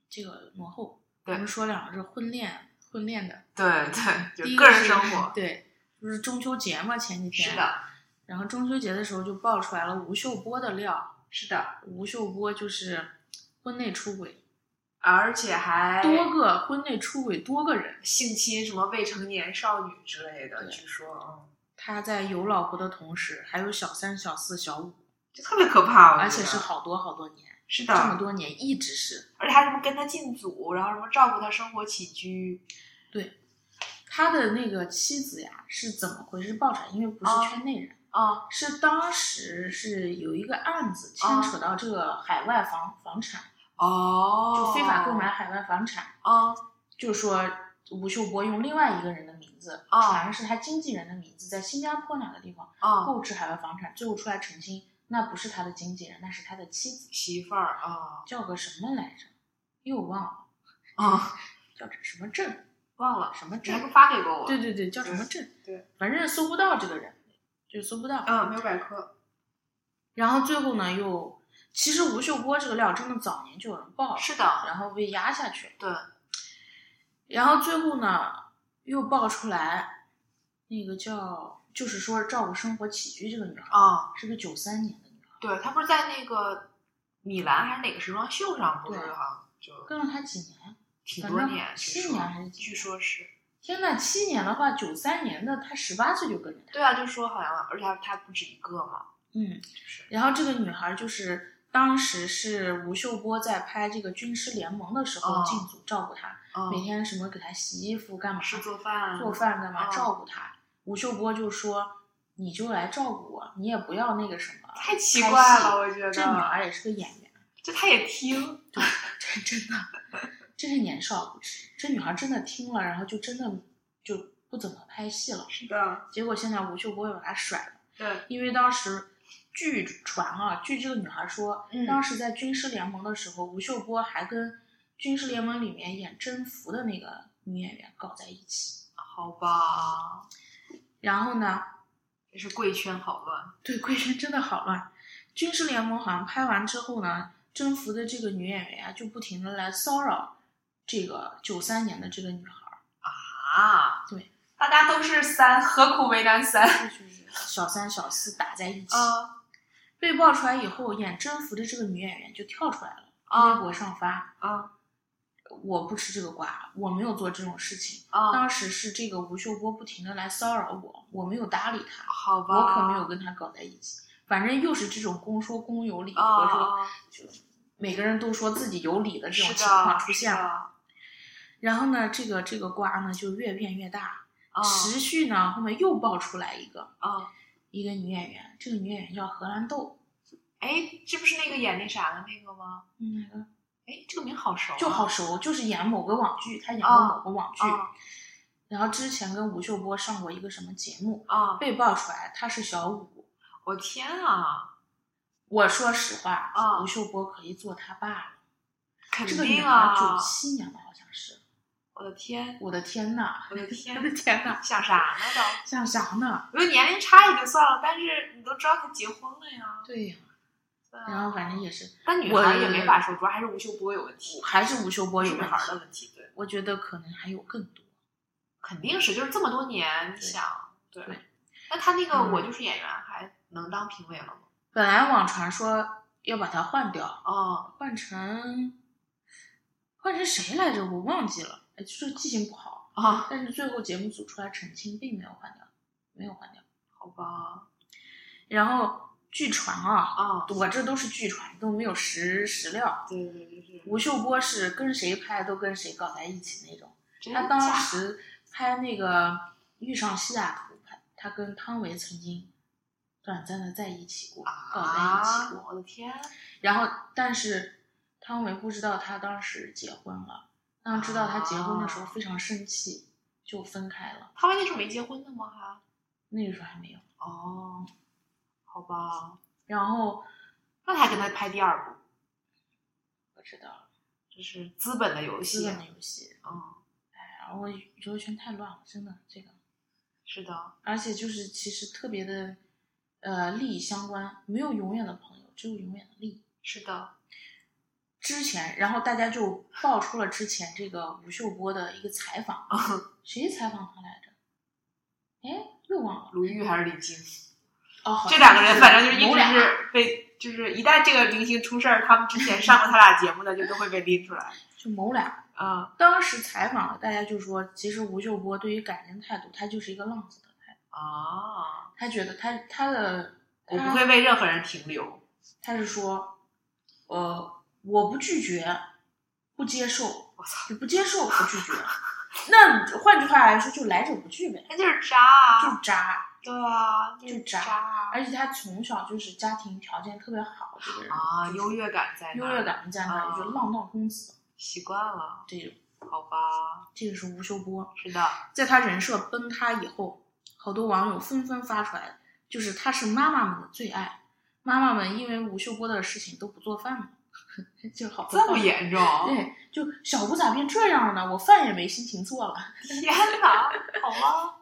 Speaker 1: 这个往后，我
Speaker 3: 对
Speaker 1: 们说两个是婚恋婚恋的，
Speaker 3: 对对，
Speaker 1: 第一
Speaker 3: 就个人
Speaker 1: 是
Speaker 3: 生活，
Speaker 1: 对，就是中秋节嘛，前几天
Speaker 3: 是，的，
Speaker 1: 然后中秋节的时候就爆出来了吴秀波的料，
Speaker 3: 是的，
Speaker 1: 吴秀波就是婚内出轨，
Speaker 3: 而且还
Speaker 1: 多个婚内出轨多个人，
Speaker 3: 性侵什么未成年少女之类的，
Speaker 1: 对
Speaker 3: 据说，嗯，
Speaker 1: 他在有老婆的同时，还有小三、小四、小五，
Speaker 3: 就特别可怕，我觉得
Speaker 1: 而且是好多好多年，
Speaker 3: 是
Speaker 1: 这么
Speaker 3: 的，
Speaker 1: 多年一直是
Speaker 3: 而且还什么跟他进组，然后什么照顾他生活起居，
Speaker 1: 他的那个妻子呀，是怎么回事爆产？因为不是
Speaker 3: 哦哦
Speaker 1: 圈内人，
Speaker 3: 啊、
Speaker 1: 是当时是有一个案子牵扯到这个海外房房产，
Speaker 3: 哦，
Speaker 1: 就非法购买，海外房产，
Speaker 3: 啊、
Speaker 1: 就说吴秀波用另外一个人的名字，
Speaker 3: 哦
Speaker 1: 好像是他经纪人的名字，在新加坡哪个地方
Speaker 3: 啊、
Speaker 1: 购置海外房产，最后出来澄清，那不是他的经纪人，那是他的妻子，
Speaker 3: 媳妇儿啊，
Speaker 1: 叫个什么来着，又忘了，
Speaker 3: 啊、
Speaker 1: 叫这什么镇，
Speaker 3: 忘了，
Speaker 1: 什么
Speaker 3: 你还
Speaker 1: 镇
Speaker 3: 不，发给过我？
Speaker 1: 对，对对，叫什么镇，
Speaker 3: 对，
Speaker 1: 反正搜不到这个人，就搜不到，
Speaker 3: 嗯，没有百科，
Speaker 1: 然后最后呢又，其实吴秀波这个料真的早年就有人爆了，
Speaker 3: 是的，
Speaker 1: 然后被压下去了。
Speaker 3: 对，
Speaker 1: 然后最后呢，又爆出来那个叫，就是说照顾生活起居这个女孩，
Speaker 3: 啊、
Speaker 1: 是个九三年的女孩，
Speaker 3: 对他不是在那个米兰还是哪个时装秀上，不是
Speaker 1: 对
Speaker 3: 哈，就
Speaker 1: 跟了她几年？
Speaker 3: 挺
Speaker 1: 反
Speaker 3: 多
Speaker 1: 正
Speaker 3: 年，
Speaker 1: 七
Speaker 3: 据说
Speaker 1: 年还是几
Speaker 3: 据
Speaker 1: 年
Speaker 3: 说是，
Speaker 1: 天呐，七年的话，九三年的她十八岁就跟着他，
Speaker 3: 对啊，就说好像，而且他他不止一个嘛，
Speaker 1: 嗯，
Speaker 3: 就是，
Speaker 1: 然后这个女孩就是。当时是吴秀波在拍这个《军师联盟》的时候
Speaker 3: 哦
Speaker 1: 进组照顾她，
Speaker 3: 嗯，
Speaker 1: 每天什么给她洗衣服干嘛，
Speaker 3: 是做饭，
Speaker 1: 做饭干嘛、
Speaker 3: 嗯
Speaker 1: 照顾她。吴秀波就说：“你就来照顾我，你也不要那个什么。”
Speaker 3: 太奇怪了，我觉
Speaker 1: 这女
Speaker 3: 得，
Speaker 1: 孩也是个演员，
Speaker 3: 这他也听，
Speaker 1: 这真的，真是年少不知。这女孩真的听了，然后就真的就不怎么拍戏了。
Speaker 3: 是的，
Speaker 1: 结果现在吴秀波又把她甩了，
Speaker 3: 对，
Speaker 1: 因为当时据传啊，据这个女孩说，
Speaker 3: 嗯
Speaker 1: 当时在《军师联盟》的时候，吴秀波还跟《军师联盟》里面演征服的那个女演员搞在一起。
Speaker 3: 好吧，
Speaker 1: 然后呢，
Speaker 3: 也是贵圈好乱，
Speaker 1: 对贵圈真的好乱，《军师联盟》好像拍完之后呢，征服的这个女演员啊，就不停的来骚扰这个九三年的这个女孩儿，
Speaker 3: 啊，
Speaker 1: 对，
Speaker 3: 大家都是三，何苦为 难三？嗯
Speaker 1: 就是哦小三小四打在一起。
Speaker 3: 啊
Speaker 1: 被爆出来以后，演征服的这个女演员就跳出来了，微
Speaker 3: 啊
Speaker 1: 博上发
Speaker 3: 啊：“
Speaker 1: 我不吃这个瓜，我没有做这种事情。
Speaker 3: 啊，
Speaker 1: 当时是这个吴秀波不停的来骚扰我，我没有搭理他，
Speaker 3: 好吧，
Speaker 1: 我可没有跟他搞在一起。反正又是这种公说公有理，
Speaker 3: 啊
Speaker 1: 婆说
Speaker 3: 啊
Speaker 1: 就每个人都说自己有理的这种
Speaker 3: 嗯是
Speaker 1: 情
Speaker 3: 的，
Speaker 1: 况出现
Speaker 3: 是
Speaker 1: 了。
Speaker 3: 的
Speaker 1: 然后呢，这个这个瓜呢就越变越大，
Speaker 3: 啊
Speaker 1: 持续呢后面又爆出来一个
Speaker 3: 啊，
Speaker 1: 一个女演员，这个女演员叫荷兰豆，
Speaker 3: 哎，这不是那个演那啥的那个吗？
Speaker 1: 嗯，哪个
Speaker 3: 哎，这个名好熟啊，
Speaker 1: 就好熟，就是演某个网剧，她演过
Speaker 3: 啊
Speaker 1: 某个网剧，
Speaker 3: 啊
Speaker 1: 然后之前跟吴秀波上过一个什么节目，
Speaker 3: 啊，
Speaker 1: 被爆出来她是小五。
Speaker 3: 我天啊，
Speaker 1: 我说实话，
Speaker 3: 啊
Speaker 1: 吴秀波可以做他爸了。
Speaker 3: 肯
Speaker 1: 这个女
Speaker 3: 定
Speaker 1: 孩
Speaker 3: 啊，
Speaker 1: 九七年的，好像是。
Speaker 3: 我的 天，
Speaker 1: 我的天呐，
Speaker 3: 我的天，
Speaker 1: 我的天呐，
Speaker 3: 想啥呢都？
Speaker 1: 想啥呢？
Speaker 3: 我觉得年龄差也就算了，但是你都知道他结婚了呀。
Speaker 1: 对呀、
Speaker 3: 对啊
Speaker 1: 然后反正也是，
Speaker 3: 但女孩也没法说，主要还是吴秀波有问题，
Speaker 1: 还是吴秀波有
Speaker 3: 女
Speaker 1: 问
Speaker 3: 孩的
Speaker 1: 题。
Speaker 3: 问题，对，
Speaker 1: 我觉得可能还有更多。
Speaker 3: 肯定是，就是这么多年，
Speaker 1: 对
Speaker 3: 你想，对
Speaker 1: 对。
Speaker 3: 那他那个
Speaker 1: 嗯
Speaker 3: 我就是演员，还能当评委了吗？
Speaker 1: 本来网传说要把它换掉，
Speaker 3: 哦，
Speaker 1: 换成换成谁来着？我忘记了，哎就是记性不好。
Speaker 3: 啊，
Speaker 1: 但是最后节目组出来澄清，并没有换掉，没有换掉。
Speaker 3: 好吧，
Speaker 1: 然后据传啊，
Speaker 3: 啊，
Speaker 1: 我这都是据传，都没有实实料。
Speaker 3: 对对对，就是
Speaker 1: 吴秀波是跟谁拍都跟谁搞在一起那种。
Speaker 3: 真
Speaker 1: 他当
Speaker 3: 假
Speaker 1: 时拍那个《遇上西雅图》，拍他跟汤唯曾经短暂的在一起过，搞在一起
Speaker 3: 啊，
Speaker 1: 过。
Speaker 3: 我的天，
Speaker 1: 然后，但是汤唯不知道他当时结婚了，当知道他结婚的时候
Speaker 3: 啊
Speaker 1: 非常生气，就分开了。
Speaker 3: 他们那时候没结婚呢吗？还
Speaker 1: 那个时候还没有。
Speaker 3: 哦，好吧，
Speaker 1: 然后
Speaker 3: 那他还跟他拍第二部，
Speaker 1: 不知道了，
Speaker 3: 这是资本的游
Speaker 1: 资
Speaker 3: 戏
Speaker 1: 本，的游戏，
Speaker 3: 嗯，
Speaker 1: 哎呀，我娱乐圈太乱了，真的这个，
Speaker 3: 是的，
Speaker 1: 而且就是其实特别的，呃，利益相关，没有永远的朋友，只有永远的利益。
Speaker 3: 是的，
Speaker 1: 之前，然后大家就爆出了之前这个吴秀波的一个采访，
Speaker 3: 哦
Speaker 1: 谁采访他来着？哎，又忘了。
Speaker 3: 鲁豫还是李菁，
Speaker 1: 哦，好
Speaker 3: 这两个人反正就是
Speaker 1: 某
Speaker 3: 一直
Speaker 1: 俩
Speaker 3: 是被，就是一旦这个明星出事儿，他们之前上过他俩节目的就都会被拎出来，
Speaker 1: 就某俩。
Speaker 3: 啊
Speaker 1: 当时采访了，大家就说，其实吴秀波对于感情态度，他就是一个浪子的态度。
Speaker 3: 啊，
Speaker 1: 他觉得他他的
Speaker 3: 我
Speaker 1: 他
Speaker 3: 不会为任何人停留。
Speaker 1: 他是说，呃，我不拒绝，不接受，
Speaker 3: 我操，
Speaker 1: 就不接受，不拒绝。那换句话来说，就来者不拒呗，
Speaker 3: 他就是渣
Speaker 1: 就是渣。
Speaker 3: 啊，对啊，就
Speaker 1: 就是渣
Speaker 3: 啊
Speaker 1: 而且他从小就是家庭条件特别好，这个人
Speaker 3: 啊，
Speaker 1: 就是
Speaker 3: 优越感在那
Speaker 1: 优
Speaker 3: 儿
Speaker 1: 越感在那
Speaker 3: 啊
Speaker 1: 里，就浪荡公子。
Speaker 3: 习惯了，
Speaker 1: 这种，
Speaker 3: 好吧，
Speaker 1: 这个是吴秀波。
Speaker 3: 是的，
Speaker 1: 在他人设崩塌以后，好多网友纷纷发出来，就是他是妈妈们的最爱，妈妈们因为吴秀波的事情都不做饭了， 就好
Speaker 3: 这么严重，
Speaker 1: 对，就小吴咋变这样了呢？我饭也没心情做了。
Speaker 3: 天哪，好吧，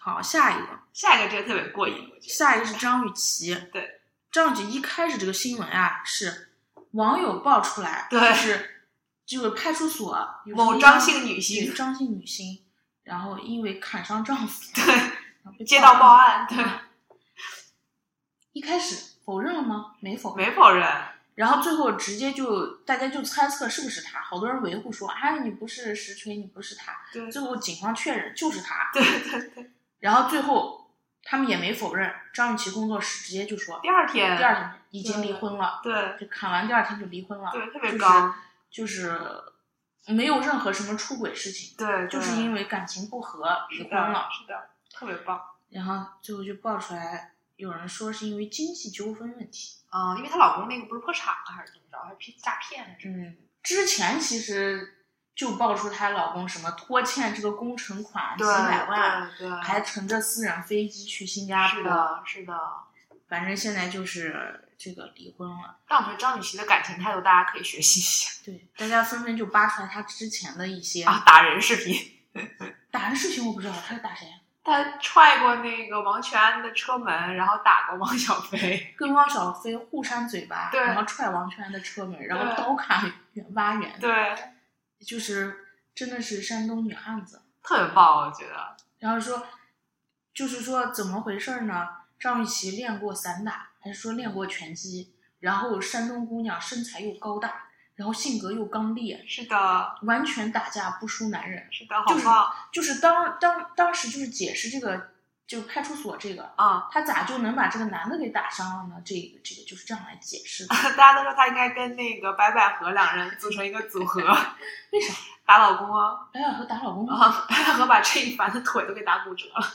Speaker 1: 好，下一个，
Speaker 3: 下一个这个特别过瘾，我觉得
Speaker 1: 下一个是张雨绮。
Speaker 3: 对，
Speaker 1: 张雨绮一开始这个新闻啊，是网友爆出来，
Speaker 3: 对
Speaker 1: 就是就是派出所有
Speaker 3: 某
Speaker 1: 一
Speaker 3: 张
Speaker 1: 名
Speaker 3: 姓女星
Speaker 1: 对张姓女星，然后因为砍伤丈夫，
Speaker 3: 对
Speaker 1: 然后被
Speaker 3: 接到报
Speaker 1: 案。
Speaker 3: 案，对，
Speaker 1: 一开始否认了吗？没否认。
Speaker 3: 没否认，
Speaker 1: 然后最后直接就大家就猜测是不是他，好多人维护说啊你不是实锤，你不是他。
Speaker 3: 对
Speaker 1: 最后警方确认就是他。
Speaker 3: 对对对，
Speaker 1: 然后最后他们也没否认，张雨绮工作室直接就说
Speaker 3: 第二天，
Speaker 1: 第二天已经离婚了，
Speaker 3: 对
Speaker 1: 就砍完第二天就离婚了，
Speaker 3: 对特别刚
Speaker 1: 就是，就是没有任何什么出轨事情，
Speaker 3: 对，
Speaker 1: 就是因
Speaker 3: 为
Speaker 1: 为感情不和离
Speaker 3: 是
Speaker 1: 婚
Speaker 3: 的
Speaker 1: 了，，
Speaker 3: 是的，特别棒，
Speaker 1: 然后最后就爆出来，有人说是因为经济纠纷问题，
Speaker 3: 嗯，因为她老公那个不是破产了还是怎么着，还是诈骗还是
Speaker 1: 嗯，之前其实就爆出她老公什么拖欠这个工程款几
Speaker 3: 对
Speaker 1: 百万。
Speaker 3: 对对，
Speaker 1: 还乘着私人飞机去新加
Speaker 3: 是
Speaker 1: 坡，
Speaker 3: 的，是的。
Speaker 1: 反正现在就是这个离婚了。
Speaker 3: 但我觉得张雨绮的感情态度，大家可以学习一下
Speaker 1: 对，大家纷纷就扒出来他之前的一些
Speaker 3: 啊！打人视频，
Speaker 1: 打人事情，我不知道他是打谁，
Speaker 3: 他踹过那个王全安的车门，然后打过汪小菲。
Speaker 1: 跟汪小菲互扇嘴巴，
Speaker 3: 对
Speaker 1: 然后踹王全安的车门，然
Speaker 3: 对
Speaker 1: 后刀砍远挖远，
Speaker 3: 对，
Speaker 1: 就是真的是山东女汉子。
Speaker 3: 特别棒，我觉得。
Speaker 1: 然后说，就是说怎么回事儿呢？张雨绮练过散打，还是说练过拳击？然后山东姑娘身材又高大，然后性格又刚烈，
Speaker 3: 是的，
Speaker 1: 完全打架不输男人。
Speaker 3: 是的，好
Speaker 1: 就是
Speaker 3: 棒
Speaker 1: 就是当当当时就是解释这个，就派出所这个，
Speaker 3: 啊！
Speaker 1: 他咋就能把这个男的给打伤了呢？这个这个就是这样来解释的。
Speaker 3: 大家都说他应该跟那个白百合两人组成一个组合，
Speaker 1: 为啥
Speaker 3: 打老公啊！
Speaker 1: 白百合打老公
Speaker 3: 然
Speaker 1: 啊
Speaker 3: 后白百合把这一凡的腿都给打骨折了。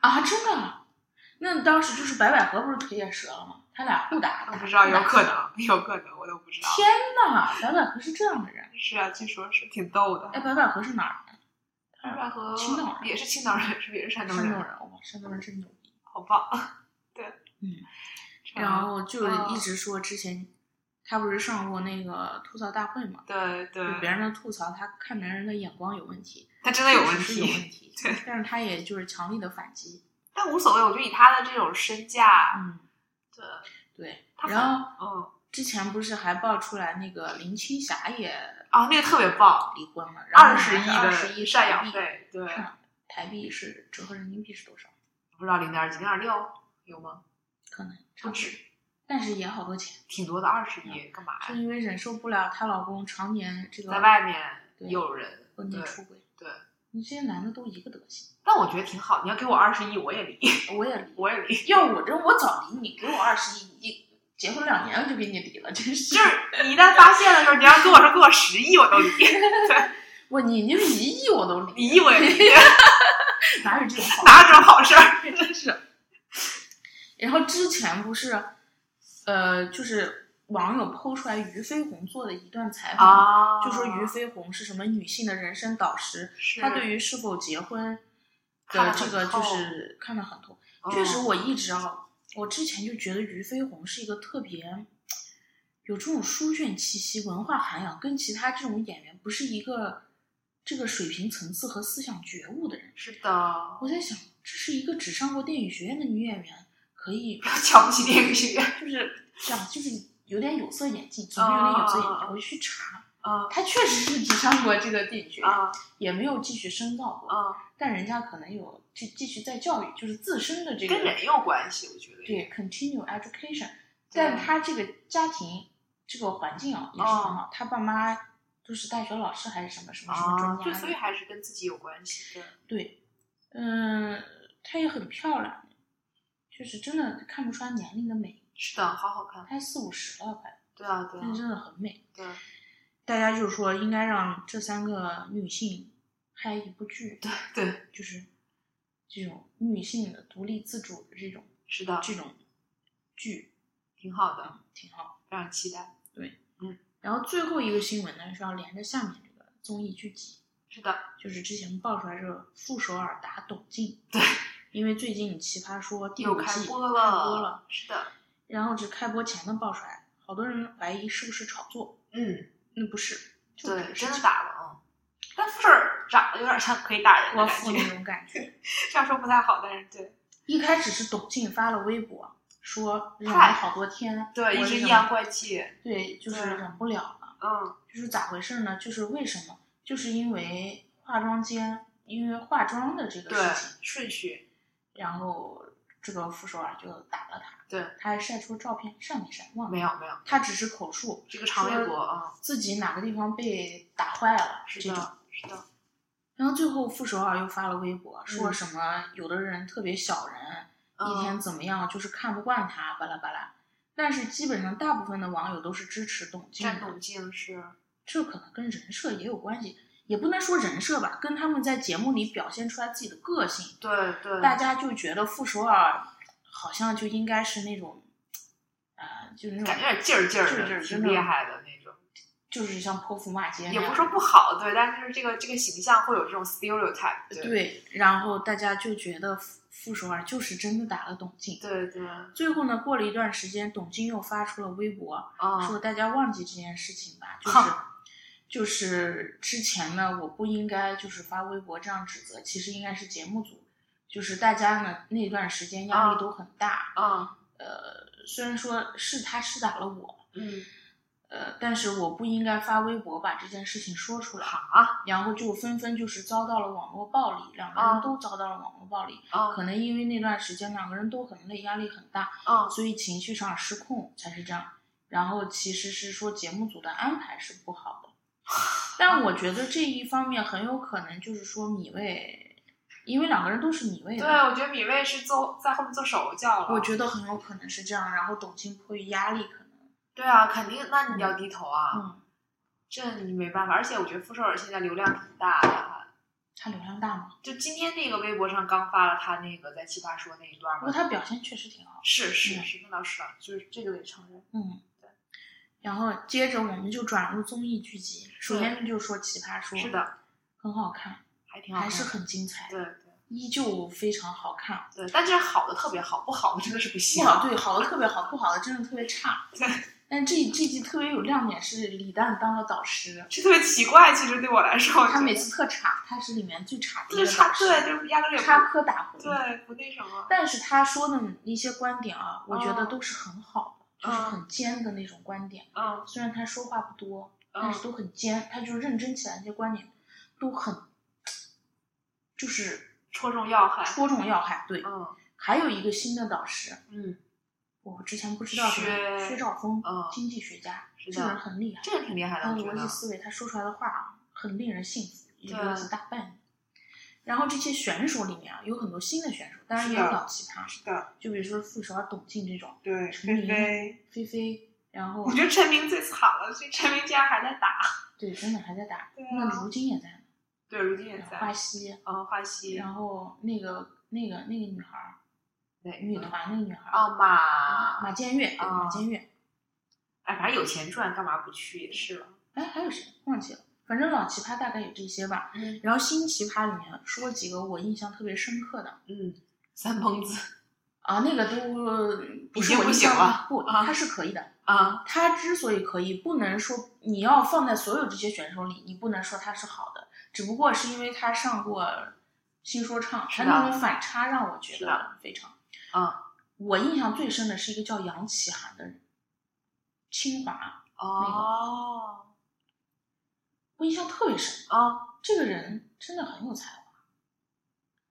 Speaker 1: 啊？真的啊？那当时就是白百合不是腿也折了吗？他俩互打，
Speaker 3: 我
Speaker 1: 打
Speaker 3: 不知道，
Speaker 1: 互
Speaker 3: 有
Speaker 1: 打
Speaker 3: 可能，有可能，我都不知道。
Speaker 1: 天哪，白百合是这样的人。
Speaker 3: 是啊，据说是挺逗的
Speaker 1: 哎，。白百合是哪儿人？
Speaker 3: 白百合
Speaker 1: 青岛人
Speaker 3: 也是青岛人，是不是也是山东
Speaker 1: 山东
Speaker 3: 人？
Speaker 1: 人，哇，山东人真牛逼。
Speaker 3: 好棒！啊 对，
Speaker 1: 嗯
Speaker 3: 这样，
Speaker 1: 然后就
Speaker 3: 哦
Speaker 1: 一直说之前他不是上过那个吐槽大会嘛，
Speaker 3: 对
Speaker 1: 就别
Speaker 3: 对，
Speaker 1: 人的吐槽他看男人的眼光有问题，
Speaker 3: 他真的有问
Speaker 1: 确实是有
Speaker 3: 题，
Speaker 1: 问题。但是他也就是强力的反击。
Speaker 3: 但无所谓。我觉得以他的这种身价，
Speaker 1: 嗯，
Speaker 3: 对，
Speaker 1: 对。
Speaker 3: 他反
Speaker 1: 然后
Speaker 3: 嗯，
Speaker 1: 之前不是还爆出来那个林青霞也
Speaker 3: 啊，那个特别棒，
Speaker 1: 离婚了，然后
Speaker 3: 二十亿
Speaker 1: 二十嗯
Speaker 3: 的
Speaker 1: 亿
Speaker 3: 赡养，费，对，
Speaker 1: 台币是折合人民币是多少？
Speaker 3: 不知道零点几、零点六有吗？
Speaker 1: 可能差
Speaker 3: 不
Speaker 1: 多，
Speaker 3: 止，
Speaker 1: 但是也好多钱，
Speaker 3: 挺多的，二十亿干嘛
Speaker 1: 是
Speaker 3: 呀？
Speaker 1: 因为忍受不了她老公常年这个
Speaker 3: 在外面
Speaker 1: 对
Speaker 3: 有人，
Speaker 1: 婚内
Speaker 3: 对
Speaker 1: 出轨。
Speaker 3: 对，
Speaker 1: 你这些男的都一个德行，
Speaker 3: 但我觉得挺好。你要给我二十亿，我也离，
Speaker 1: 我也离。
Speaker 3: 我也离。
Speaker 1: 要我这我早离你，给我二十亿，你结婚两年了就给你离了，真是。
Speaker 3: 就是你一旦发现的时候，你要跟我说给我十亿，我都离，
Speaker 1: 我你你一亿我都
Speaker 3: 你
Speaker 1: 离，
Speaker 3: 亿我也 离，
Speaker 1: 哪有这种好
Speaker 3: 哪有这种好事儿？
Speaker 1: 真是。然后之前不是，呃，就是网友剖出来俞飞鸿做的一段采访，
Speaker 3: 啊
Speaker 1: 就说俞飞鸿是什么女性的人生导师，
Speaker 3: 是
Speaker 1: 他对于是否结婚
Speaker 3: 看得
Speaker 1: 的
Speaker 3: 很
Speaker 1: 这个就
Speaker 3: 透
Speaker 1: 是看得很透。
Speaker 3: 嗯
Speaker 1: 确实，我一直啊，我之前就觉得俞飞鸿是一个特别有这种书卷气息、文化涵养，跟其他这种演员不是一个这个水平层次和思想觉悟的人。
Speaker 3: 是的，
Speaker 1: 我在想，这是一个只上过电影学院的女演员，可 以
Speaker 3: 瞧不起电影学院。
Speaker 1: 就是这样，就是有点有色眼镜，总是有点有色眼
Speaker 3: 啊
Speaker 1: 镜。我去查，
Speaker 3: 嗯
Speaker 1: 她确实是只上过这个电影学院，
Speaker 3: 啊
Speaker 1: 也没有继续深造过，
Speaker 3: 嗯，
Speaker 1: 但人家可能有去继续再教育，就是自身的这个
Speaker 3: 跟人有关系，我觉得。
Speaker 1: 对 continue education，但她这个家庭。这个环境啊也是很好，他爸妈都是大学老师还是什么什么什么专
Speaker 3: 啊，
Speaker 1: 家
Speaker 3: 对，
Speaker 1: 的
Speaker 3: 所以还是跟自己有关系的。
Speaker 1: 对，嗯，她也很漂亮，就是真的看不出来年龄的美，
Speaker 3: 是的，好好看。
Speaker 1: 她四五十了快，
Speaker 3: 对啊，对啊
Speaker 1: 但，是真的很美。
Speaker 3: 对，
Speaker 1: 大家就说应该让这三个女性拍一部剧，对，
Speaker 3: 对，
Speaker 1: 就是这种女性的独立自主的这种
Speaker 3: 是的，
Speaker 1: 这种剧嗯
Speaker 3: 挺好的，
Speaker 1: 挺好。
Speaker 3: 非常期待。
Speaker 1: 然后最后一个新闻呢是要连着下面这个综艺剧集，
Speaker 3: 是的，
Speaker 1: 就是之前爆出来这个傅首尔打董 静，对，因为最近《奇葩说》第
Speaker 3: 又
Speaker 1: 五
Speaker 3: 开
Speaker 1: 季
Speaker 3: 播
Speaker 1: 开播了，
Speaker 3: 是的，
Speaker 1: 然后这开播前的爆出来，好多人怀疑是不是炒作，
Speaker 3: 嗯，
Speaker 1: 那不是，就
Speaker 3: 对，
Speaker 1: 是
Speaker 3: 真的打了啊。但傅首尔长得有点像可以打人的
Speaker 1: 国
Speaker 3: 感
Speaker 1: 服那
Speaker 3: 觉，
Speaker 1: 种感觉。
Speaker 3: 这样说不太好，但是对，
Speaker 1: 一开始是董静发了微博说忍
Speaker 3: 嗨
Speaker 1: 了好多天，
Speaker 3: 对，
Speaker 1: 我
Speaker 3: 一直
Speaker 1: 忍
Speaker 3: 阴阳怪气，
Speaker 1: 对，就是
Speaker 3: 对
Speaker 1: 忍不了了，
Speaker 3: 嗯，
Speaker 1: 就是咋回事呢？就是为什么？就是因为化妆间，因为化妆的这个
Speaker 3: 对
Speaker 1: 事情，，
Speaker 3: 顺序，
Speaker 1: 然后这个傅首尔就打了他，
Speaker 3: 对，
Speaker 1: 他还晒出照片，删没删？忘了，
Speaker 3: 没有没有，
Speaker 1: 他只是口述，
Speaker 3: 这个长微博啊，
Speaker 1: 自己哪个地方被打坏了，
Speaker 3: 是
Speaker 1: 这种。
Speaker 3: 的，是的，
Speaker 1: 然后最后傅首尔又发了微博，说
Speaker 3: 嗯
Speaker 1: 什么有的人特别小人，一天
Speaker 3: 嗯，
Speaker 1: 怎么样，就是看不惯他，巴拉巴拉。但是基本上大部分的网友都是支持董静
Speaker 3: 战
Speaker 1: 的
Speaker 3: 董，静是，
Speaker 1: 这可能跟人设也有关系，也不能说人设吧，跟他们在节目里表现出来自己的个性，
Speaker 3: 对对，
Speaker 1: 大家就觉得傅首尔好像就应该是那种，啊、就是那
Speaker 3: 感觉有
Speaker 1: 种，
Speaker 3: 点劲儿劲儿
Speaker 1: 劲儿劲
Speaker 3: 的，
Speaker 1: 儿
Speaker 3: 挺
Speaker 1: 真的
Speaker 3: 厉害的那种，
Speaker 1: 就是像泼妇骂街那
Speaker 3: 也
Speaker 1: 样，
Speaker 3: 不是说不好，对，但是这个这个形象会有这种 stereotype，对
Speaker 1: 对。然后大家就觉得傅傅首尔就是真的打了董静，
Speaker 3: 对对，
Speaker 1: 最后呢，过了一段时间，董卿又发出了微博，
Speaker 3: 嗯，
Speaker 1: 说大家忘记这件事情吧，就是
Speaker 3: 哈
Speaker 1: 就是之前呢，我不应该就是发微博这样指责，其实应该是节目组，就是大家呢那段时间压
Speaker 3: 啊
Speaker 1: 力都很大，
Speaker 3: 嗯
Speaker 1: 呃，虽然说是他是打了我，
Speaker 3: 嗯，
Speaker 1: 呃，但是我不应该发微博把这件事情说出来，
Speaker 3: 啊，
Speaker 1: 然后就纷纷就是遭到了网络暴力，两个
Speaker 3: 啊
Speaker 1: 人都遭到了网络暴力，
Speaker 3: 嗯
Speaker 1: 可能因为那段时间两个人都很累，压力很大，
Speaker 3: 嗯，
Speaker 1: 所以情绪上失控才是这样。然后其实是说节目组的安排是不好的，但我觉得这一方面很有可能就是说米未，因为两个人都是米未
Speaker 3: 对，哦
Speaker 1: 的，
Speaker 3: 我觉得米未是做在后面做手教了，
Speaker 1: 我觉得很有可能是这样。然后董卿迫于压力，可能
Speaker 3: 对啊，肯定，那你要低头啊，
Speaker 1: 嗯，
Speaker 3: 这你没办法，而且我觉得傅首尔现在流量挺大的。
Speaker 1: 他流量大嘛，
Speaker 3: 就今天那个微博上刚发了他那个在奇葩说那一段
Speaker 1: 不过，
Speaker 3: 嘛
Speaker 1: 哦他表现确实挺好，
Speaker 3: 是是
Speaker 1: 嗯
Speaker 3: 是，那倒是了，就是这个得承认。
Speaker 1: 嗯
Speaker 3: 对。
Speaker 1: 然后接着我们就转入综艺剧集，首先就说《奇葩说》，
Speaker 3: 是，的，
Speaker 1: 很好看，
Speaker 3: 还挺好
Speaker 1: 嗯还
Speaker 3: 看的，
Speaker 1: 是很精彩，
Speaker 3: 对对
Speaker 1: 依旧非常好看。
Speaker 3: 对，但这好的特别好，不好的真的是不
Speaker 1: 不
Speaker 3: 行。
Speaker 1: 好对，好的特别好，不好的真的特别 差。
Speaker 3: 对，
Speaker 1: 但这这季特别有亮点是李诞当了导师，
Speaker 3: 这特别奇怪，其实对我来说，
Speaker 1: 他每次特差，他是里面最差的一
Speaker 3: 就
Speaker 1: 个
Speaker 3: 是插
Speaker 1: 导师，
Speaker 3: 对，就是压根儿也不
Speaker 1: 插科打诨。，
Speaker 3: 对不那什么。
Speaker 1: 但是他说的一些观点啊，我觉得
Speaker 3: 哦
Speaker 1: 都是很好的，就是很尖的那种观点。
Speaker 3: 嗯
Speaker 1: 虽然他说话不多，但
Speaker 3: 嗯
Speaker 1: 是都很尖，他就认真起来那些观点都很，就是
Speaker 3: 戳中要害。
Speaker 1: 戳中要害。对，
Speaker 3: 嗯
Speaker 1: 还有一个新的导师，
Speaker 3: 嗯，
Speaker 1: 我之前不知道的
Speaker 3: 薛
Speaker 1: 薛兆丰，
Speaker 3: 嗯
Speaker 1: 经济学家，
Speaker 3: 是
Speaker 1: 这个人
Speaker 3: 的，
Speaker 1: 很厉害，
Speaker 3: 这个挺厉害的，
Speaker 1: 他
Speaker 3: 我
Speaker 1: 的
Speaker 3: 觉
Speaker 1: 逻辑
Speaker 3: 得。
Speaker 1: 思维，他说出来的话啊，很令人信服，也
Speaker 3: 对
Speaker 1: 留子大半。然后这些选手里面啊，有很多新的选手，当然
Speaker 3: 是
Speaker 1: 也
Speaker 3: 的
Speaker 1: 有老奇葩，
Speaker 3: 是的，
Speaker 1: 就比如说傅首尔、董静这种，
Speaker 3: 对，
Speaker 1: 陈明、菲菲，然后
Speaker 3: 我觉得陈明最惨了，这陈明竟然还在打。
Speaker 1: 对，真的还在打，
Speaker 3: 对啊
Speaker 1: 那如今也在呢，
Speaker 3: 对，如今也
Speaker 1: 花啊
Speaker 3: 在。
Speaker 1: 溪，
Speaker 3: 嗯，花溪。
Speaker 1: 然后那个那个那个女孩儿，
Speaker 3: 对，
Speaker 1: 女团那个女孩儿，
Speaker 3: 哦马，
Speaker 1: 马建岳，对，
Speaker 3: 嗯啊
Speaker 1: 马建岳，
Speaker 3: 哎，反正有钱赚，干嘛不去也是了。
Speaker 1: 哎，还有谁忘记了？反正老奇葩大概有这些吧。
Speaker 3: 嗯
Speaker 1: 然后新奇葩里面说几个我印象特别深刻的
Speaker 3: 嗯，三蹦子
Speaker 1: 啊，那个都不是
Speaker 3: 已经
Speaker 1: 我
Speaker 3: 不
Speaker 1: 印象
Speaker 3: 行了
Speaker 1: 不，
Speaker 3: 啊
Speaker 1: 他是可以的。
Speaker 3: 啊，
Speaker 1: 他之所以可以，不能说你要放在所有这些选手里，你不能说他是好的，只不过是因为他上过新说唱，他
Speaker 3: 是的
Speaker 1: 那种反差让我觉
Speaker 3: 是
Speaker 1: 得
Speaker 3: 的
Speaker 1: 非常。
Speaker 3: 啊
Speaker 1: 我印象最深的是一个叫杨启涵的人，清华，
Speaker 3: 哦
Speaker 1: 我印象特别深。
Speaker 3: 啊，
Speaker 1: 这个人真的很有才华，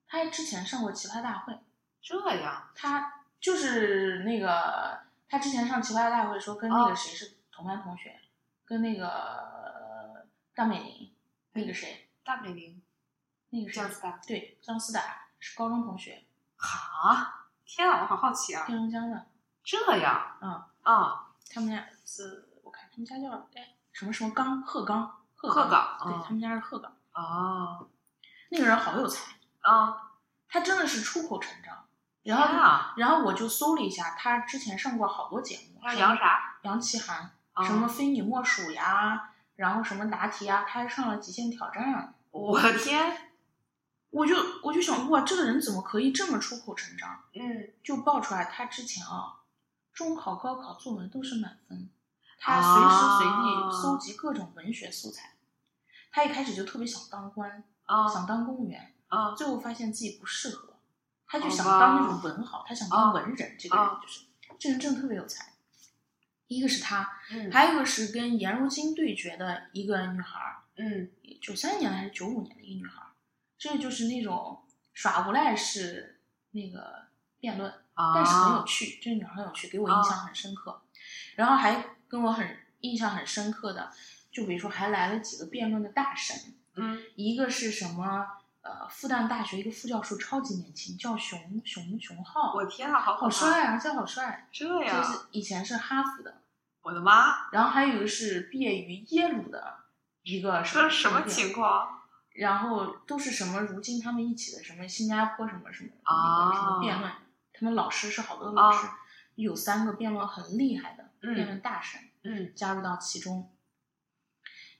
Speaker 1: 他还之前上过奇葩大会，
Speaker 3: 这样
Speaker 1: 他就是那个他之前上奇葩大会说跟那
Speaker 3: 哦
Speaker 1: 个谁是同同班同学，跟那个呃大美玲，那个谁，
Speaker 3: 大美玲、
Speaker 1: 那个谁
Speaker 3: 姜，思达。
Speaker 1: 对，张思达是高中同学，
Speaker 3: 哈，天啊，我好好奇啊！
Speaker 1: 黑龙江的，
Speaker 3: 这样
Speaker 1: 嗯，
Speaker 3: 啊，
Speaker 1: 他们家是，我看他们家叫哎什么什么刚，鹤刚，鹤
Speaker 3: 鹤
Speaker 1: 刚，
Speaker 3: 岗嗯
Speaker 1: 对他们家是鹤刚，
Speaker 3: 哦，
Speaker 1: 那个人好有才，
Speaker 3: 啊，
Speaker 1: 他真的是出口成章。然
Speaker 3: 天
Speaker 1: 后，
Speaker 3: 啊，
Speaker 1: 然后我就搜了一下，他之前上过好多节目，
Speaker 3: 他啊杨啥？
Speaker 1: 杨奇涵，
Speaker 3: 啊
Speaker 1: 什么？非你莫属呀，然后什么答题啊呀，他还上了极限挑战。
Speaker 3: 我的天，
Speaker 1: 我就我就想，哇，这个人怎么可以这么出口成章？
Speaker 3: 嗯，
Speaker 1: 就爆出来他之前啊，中考、高考作文都是满分，他随时随
Speaker 3: 啊
Speaker 1: 地搜集各种文学素材。他一开始就特别想当官，
Speaker 3: 啊
Speaker 1: 想当公务员，
Speaker 3: 啊
Speaker 1: 最后发现自己不适合，他就
Speaker 3: 好
Speaker 1: 想
Speaker 3: 吧
Speaker 1: 当那种文豪，他想
Speaker 3: 啊
Speaker 1: 当文人。这个人
Speaker 3: 啊
Speaker 1: 就是，这人真的特别有才。一个是他，
Speaker 3: 嗯，
Speaker 1: 还有一个是跟颜如晶对决的一个女孩儿，
Speaker 3: 嗯
Speaker 1: 九三年还是九五年的一个女孩儿，这就是那种耍无赖式那个辩论，
Speaker 3: 啊，
Speaker 1: 但是很有趣，这个女孩儿很有趣，给我印象很深刻。然后还跟我很印象很深刻的，就比如说还来了几个辩论的大神，
Speaker 3: 嗯
Speaker 1: 一个是什么？呃，复旦大学一个副教授超级年轻，叫熊熊熊浩，
Speaker 3: 我天啊，好啊
Speaker 1: 好
Speaker 3: 可怕，
Speaker 1: 帅啊，而且好帅，
Speaker 3: 这
Speaker 1: 就
Speaker 3: 样，
Speaker 1: 是以前是哈佛的，
Speaker 3: 我的妈，
Speaker 1: 然后还有一个是毕业于耶鲁的一个什
Speaker 3: 这
Speaker 1: 么
Speaker 3: 是什么
Speaker 1: 学者
Speaker 3: 情？况？
Speaker 1: 然后都是什么？如今他们一起的什么新加坡什么什么、那个什
Speaker 3: 啊
Speaker 1: 么辩论，他们老师是好多老师，
Speaker 3: 啊
Speaker 1: 有三个辩论很厉害的、
Speaker 3: 嗯
Speaker 1: 辩论大神
Speaker 3: 嗯
Speaker 1: 加入到其中。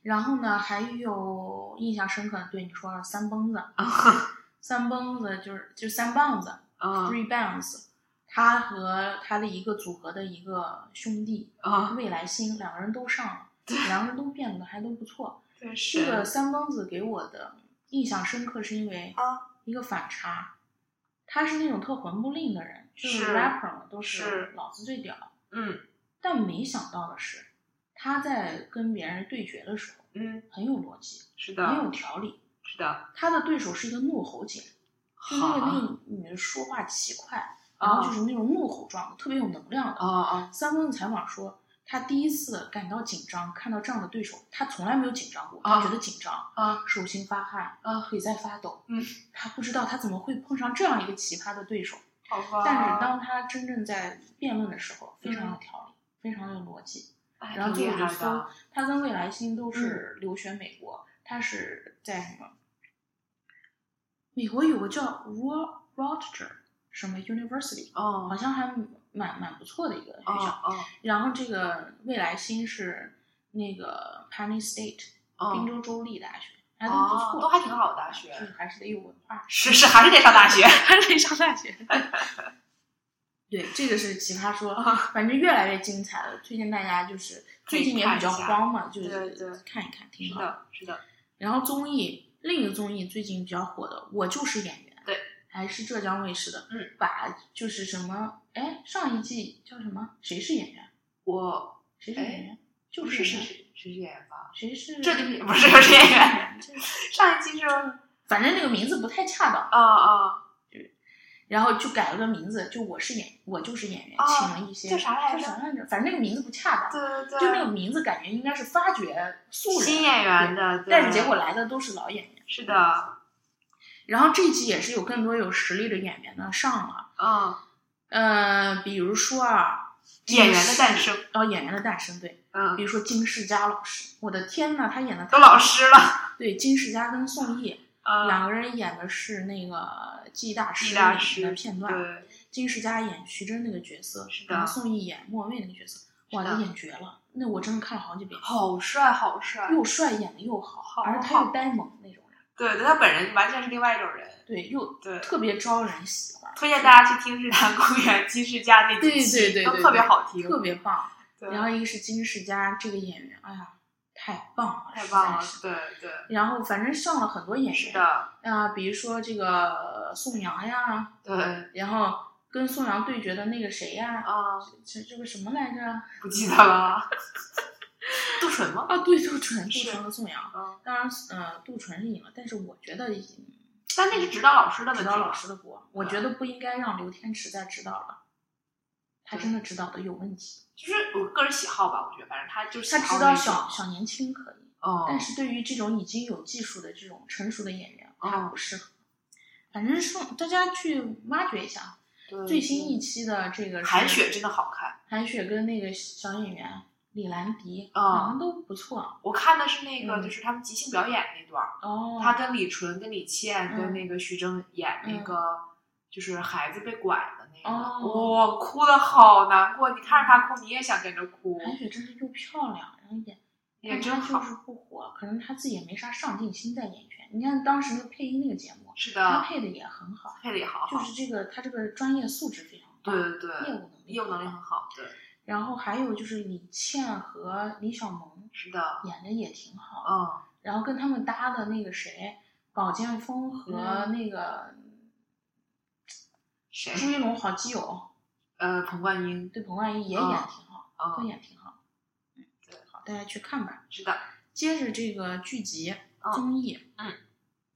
Speaker 1: 然后呢，还有印象深刻的，对你说了三蹦子，嗯 三蹦子就是就三棒子、
Speaker 3: 啊
Speaker 1: t h r e e bounds，他和他的一个组合的一个兄弟，
Speaker 3: 啊，
Speaker 1: 未来星两个人都上了，两个人都辩论的还都不 错。
Speaker 3: 对
Speaker 1: 这个
Speaker 3: 是，
Speaker 1: 三蹦子给我的印象深刻，是因为
Speaker 3: 啊
Speaker 1: 一个反差，他是那种特魂不吝的人，就是是 rapper 嘛，都
Speaker 3: 是
Speaker 1: 是老子最屌。
Speaker 3: 嗯
Speaker 1: 但没想到的是，他在跟别人对决的时候
Speaker 3: 嗯，
Speaker 1: 很有逻辑，
Speaker 3: 是啊
Speaker 1: 很
Speaker 3: 的，
Speaker 1: 有条理。
Speaker 3: 是的，
Speaker 1: 他的对手是一个怒吼姐，就因为那
Speaker 3: 好，
Speaker 1: 个女的说话奇快，然后就
Speaker 3: 啊
Speaker 1: 是那种怒吼状的，特别有能量的。
Speaker 3: 啊啊，
Speaker 1: 三丰的采访说，他第一次感到紧张，看到这样的对手，他从来没有紧张过，
Speaker 3: 啊
Speaker 1: 他觉得紧张，
Speaker 3: 啊，
Speaker 1: 手心发汗，
Speaker 3: 啊
Speaker 1: 腿在发抖，
Speaker 3: 嗯，
Speaker 1: 他不知道他怎么会碰上这样一个奇葩的对手，
Speaker 3: 好吧，
Speaker 1: 但是当他真正在辩论的时候，非常有条理，非常有逻辑，
Speaker 3: 哎
Speaker 1: 然后
Speaker 3: 挺
Speaker 1: 最后
Speaker 3: 厉
Speaker 1: 就
Speaker 3: 害
Speaker 1: 搜
Speaker 3: 的，，嗯
Speaker 1: 他跟未来星都是留学美国，他是在什么？美国有个叫 Ro Roger 什么 University，好
Speaker 3: 哦
Speaker 1: 像还蛮蛮不错的一个学
Speaker 3: 哦
Speaker 1: 校。
Speaker 3: 哦
Speaker 1: 然后这个未来星是那个 Penn State，、宾
Speaker 3: 哦。
Speaker 1: 州州立大学，还都不
Speaker 3: 哦
Speaker 1: 错，，
Speaker 3: 都还挺好的大学，
Speaker 1: 就，是还是得有文化
Speaker 3: 是是还是得上大 学，
Speaker 1: 还是得上大 学。对，这个是奇葩说，反正越来越精彩了，推荐大家就是
Speaker 3: 哦可
Speaker 1: 最
Speaker 3: 以
Speaker 1: 近也比
Speaker 3: 看一
Speaker 1: 较
Speaker 3: 下
Speaker 1: 慌嘛，就
Speaker 3: 对对
Speaker 1: 是看一看，挺
Speaker 3: 是
Speaker 1: 好。
Speaker 3: 的，是的，
Speaker 1: 然后综艺另一个综艺最近比较火的《我就是演员》，
Speaker 3: 对，
Speaker 1: 还是浙江卫视的，
Speaker 3: 嗯，
Speaker 1: 把就是什么，哎，上一季叫什么？谁是演员？
Speaker 3: 我
Speaker 1: 谁是
Speaker 3: 哎
Speaker 1: 演员？就
Speaker 3: 不是
Speaker 1: 演
Speaker 3: 谁
Speaker 1: 员啊
Speaker 3: 谁谁是
Speaker 1: 谁是
Speaker 3: 演员吧？这就是不是是 演员，上一期是啊
Speaker 1: 反正这个名字不太恰当，
Speaker 3: 啊，
Speaker 1: 然后就改了个名字，就我是演我就是演员，
Speaker 3: 啊
Speaker 1: 请了一些
Speaker 3: 叫啥来着
Speaker 1: 叫啥来着？反正那个名字不恰当，
Speaker 3: 对对对，
Speaker 1: 就那个名字感觉应该是发掘素人
Speaker 3: 新演员
Speaker 1: 的，
Speaker 3: 的，对
Speaker 1: 但是结果来的都是老演员。
Speaker 3: 是的，
Speaker 1: 然后这季也是有更多有实力的演员呢上了，
Speaker 3: 嗯，
Speaker 1: 呃，比如说啊，
Speaker 3: 演员的诞生，
Speaker 1: 哦，演员的诞生，对，比
Speaker 3: 嗯，
Speaker 1: 如说金世佳老师，我的天呐，他演的
Speaker 3: 都老师了，
Speaker 1: 对，金世佳跟宋轶
Speaker 3: 嗯，
Speaker 1: 两个人演的是那个《记忆大师
Speaker 3: 季大》
Speaker 1: 里面
Speaker 3: 师
Speaker 1: 的片段，
Speaker 3: 对，
Speaker 1: 金世佳演徐峥那个角色，
Speaker 3: 是的
Speaker 1: 然后宋轶演莫文蔚那个角色，哇，
Speaker 3: 是
Speaker 1: 他
Speaker 3: 的
Speaker 1: 演绝了！那我真的看了好几遍，
Speaker 3: 好帅，好帅，
Speaker 1: 又帅，演的又好，
Speaker 3: 好
Speaker 1: 而且他又呆萌那种人，
Speaker 3: 对，对他本人完全是另外一种人，
Speaker 1: 对，又
Speaker 3: 对。
Speaker 1: 特别招人喜欢，
Speaker 3: 推荐大家去听《日坛公园》金世佳那几
Speaker 1: 对
Speaker 3: 期，
Speaker 1: 对对对
Speaker 3: 都
Speaker 1: 对
Speaker 3: 特别好听，
Speaker 1: 特别棒。
Speaker 3: 对
Speaker 1: 然后一个是金世佳这个演员，哎呀，太棒了，
Speaker 3: 太棒了
Speaker 1: 实在，是。
Speaker 3: 对对，
Speaker 1: 然后反正上了很多演员，
Speaker 3: 是的，
Speaker 1: 啊、比如说这个呃宋阳呀，
Speaker 3: 对啊、
Speaker 1: 然后跟宋阳对决的那个谁呀，啊这这个什么来着？
Speaker 3: 不记 得了，杜淳吗？
Speaker 1: 啊，对，杜淳，杜
Speaker 3: 是
Speaker 1: 淳和宋阳。
Speaker 3: 嗯，
Speaker 1: 当然，呃，杜淳是赢了，但是我觉得已经
Speaker 3: 但那是指导老师的问
Speaker 1: 指
Speaker 3: 题，
Speaker 1: 导老师的锅，我
Speaker 3: 对
Speaker 1: 觉得不应该让刘天池再指导了。他真的指导的有问题。
Speaker 3: 就是我个人喜好吧，我觉得反正他就是
Speaker 1: 他
Speaker 3: 喜好
Speaker 1: 指导
Speaker 3: 类型
Speaker 1: 小小年轻可以，
Speaker 3: 哦，
Speaker 1: 但是对于这种已经有技术的这种成熟的演员，他
Speaker 3: 哦
Speaker 1: 不适合。反正是大家去挖掘一下啊，
Speaker 3: 对
Speaker 1: 最新一期的这个是
Speaker 3: 韩雪真的好看，
Speaker 1: 韩雪跟那个小演员李兰迪，
Speaker 3: 嗯
Speaker 1: 好像都不错
Speaker 3: 我看的是那个
Speaker 1: 嗯
Speaker 3: 就是他们即兴表演那段儿，
Speaker 1: 哦。
Speaker 3: 他跟李纯、跟李倩、
Speaker 1: 嗯
Speaker 3: 跟那个徐峥演那个就是孩子被拐的那个，
Speaker 1: 哦
Speaker 3: 我、哭的好难过，你看着他哭，你也想跟着哭，
Speaker 1: 韩雪真是又漂亮，然后演
Speaker 3: 也真
Speaker 1: 但她
Speaker 3: 好
Speaker 1: 哎就。是不火，可能她自己也没啥上进心在演员。你看当时那个配音那个节目，
Speaker 3: 是
Speaker 1: 她
Speaker 3: 的，
Speaker 1: 配的也很好，
Speaker 3: 配的也好
Speaker 1: 就
Speaker 3: 好，
Speaker 1: 是这个她这个专业素质非常高，
Speaker 3: 对对对，
Speaker 1: 业务能力，
Speaker 3: 业务能力很。好，对，
Speaker 1: 然后还有就是李倩和李小萌
Speaker 3: 是的，
Speaker 1: 演的也挺好，
Speaker 3: 嗯，
Speaker 1: 然后跟他们搭的那个谁，宝剑锋和
Speaker 3: 嗯
Speaker 1: 那个
Speaker 3: 谁？
Speaker 1: 朱一龙好基友，
Speaker 3: 呃，彭冠英，
Speaker 1: 对彭冠英也演
Speaker 3: 嗯
Speaker 1: 得挺好，都
Speaker 3: 嗯，
Speaker 1: 演得挺好。嗯，
Speaker 3: 对，
Speaker 1: 好，大家去看吧。
Speaker 3: 是的，
Speaker 1: 接着这个剧集综艺，
Speaker 3: 嗯，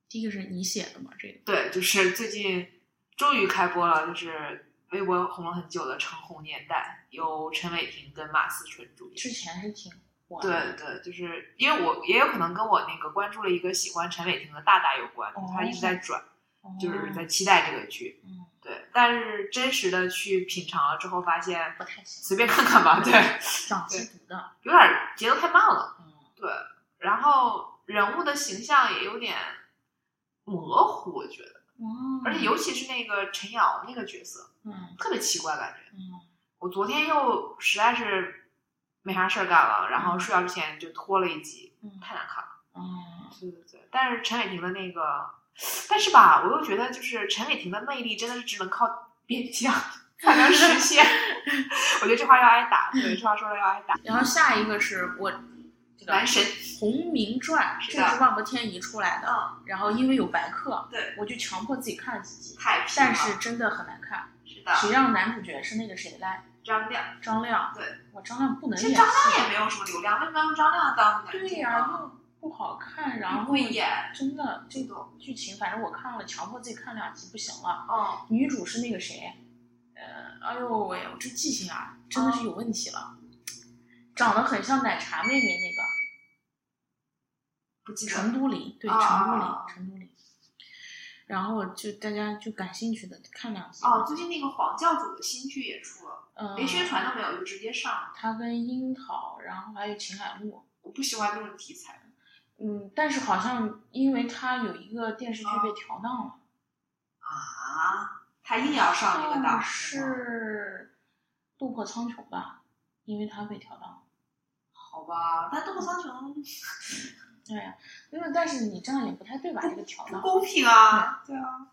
Speaker 1: 第一个是你写的嘛？这个
Speaker 3: 对，就是最近终于开播了，就是微博红了很久的《橙红年代》，由陈伟霆跟马思纯主演。
Speaker 1: 之前是挺火
Speaker 3: 对
Speaker 1: 的，
Speaker 3: 对，就是因为我也有可能跟我那个关注了一个喜欢陈伟霆的大大有关，
Speaker 1: 哦
Speaker 3: 他一直在转，
Speaker 1: 哦
Speaker 3: 就是在期待这个剧。
Speaker 1: 嗯，
Speaker 3: 对，但是真实的去品尝了之后，发现
Speaker 1: 不太行，
Speaker 3: 随便看看吧，对，
Speaker 1: 长期读的，
Speaker 3: 有点儿节奏太慢了。
Speaker 1: 嗯，
Speaker 3: 对，然后人物的形象也有点模糊，我觉得，
Speaker 1: 哇，
Speaker 3: 而且尤其是那个陈瑶那个角色，
Speaker 1: 嗯
Speaker 3: 特别奇怪感觉。
Speaker 1: 嗯
Speaker 3: 我昨天又实在是没啥事儿干了，然后睡觉之前就拖了一集，
Speaker 1: 嗯
Speaker 3: 太难看了。
Speaker 1: 嗯，
Speaker 3: 对对对，但是陈伟霆的那个，但是吧，我又觉得就是陈伟霆的魅力真的是只能靠变 相才能实现。 我觉得这话要挨打，对，这话说了要挨打。
Speaker 1: 然后下一个是我这个
Speaker 3: 男神，
Speaker 1: 《红名传》，
Speaker 3: 是
Speaker 1: 这
Speaker 3: 的
Speaker 1: 个是万博天宜出来的，
Speaker 3: 嗯，
Speaker 1: 然后因为有白客，
Speaker 3: 对，
Speaker 1: 我就强迫自己看了几集，
Speaker 3: 太拼了，
Speaker 1: 但是真的很难看。
Speaker 3: 是哎的，
Speaker 1: 谁让男主角是那个谁来？
Speaker 3: 张亮，
Speaker 1: 张亮，
Speaker 3: 对，
Speaker 1: 我张亮不能
Speaker 3: 其
Speaker 1: 演
Speaker 3: 实
Speaker 1: 戏，
Speaker 3: 张亮也没有什么流量，为什么要用张亮当男主角
Speaker 1: 对呀、
Speaker 3: 啊
Speaker 1: 又不好看，然后
Speaker 3: 会演
Speaker 1: 真的这
Speaker 3: 这
Speaker 1: 个剧情，反正我看了，强迫自己看两集不行了。
Speaker 3: 嗯，
Speaker 1: 女主是那个谁，呃，哎呦喂，我这记性啊，真的是有问题了，长得很像奶茶妹妹那个
Speaker 3: 不记得
Speaker 1: 陈都灵，对，
Speaker 3: 啊
Speaker 1: 陈都
Speaker 3: 啊
Speaker 1: 灵
Speaker 3: 啊，
Speaker 1: 陈都灵。然后就大家就感兴趣的看两集，
Speaker 3: 哦，最近那个黄教主的新剧也出了，
Speaker 1: 嗯，
Speaker 3: 连宣传都没有就直接上了。
Speaker 1: 他跟樱桃，然后还有秦海璐，
Speaker 3: 我不喜欢这种题材，
Speaker 1: 嗯，但是好像因为他有一个电视剧被调档了。
Speaker 3: 啊，他硬要上那个档
Speaker 1: 档
Speaker 3: 吗
Speaker 1: 是《斗破苍穹》吧，因为它被调档。
Speaker 3: 好吧？但《斗破苍穹》
Speaker 1: 对呀、因为但是你这样也不太对吧？这个调
Speaker 3: 不
Speaker 1: 档。
Speaker 3: 公平啊！对啊，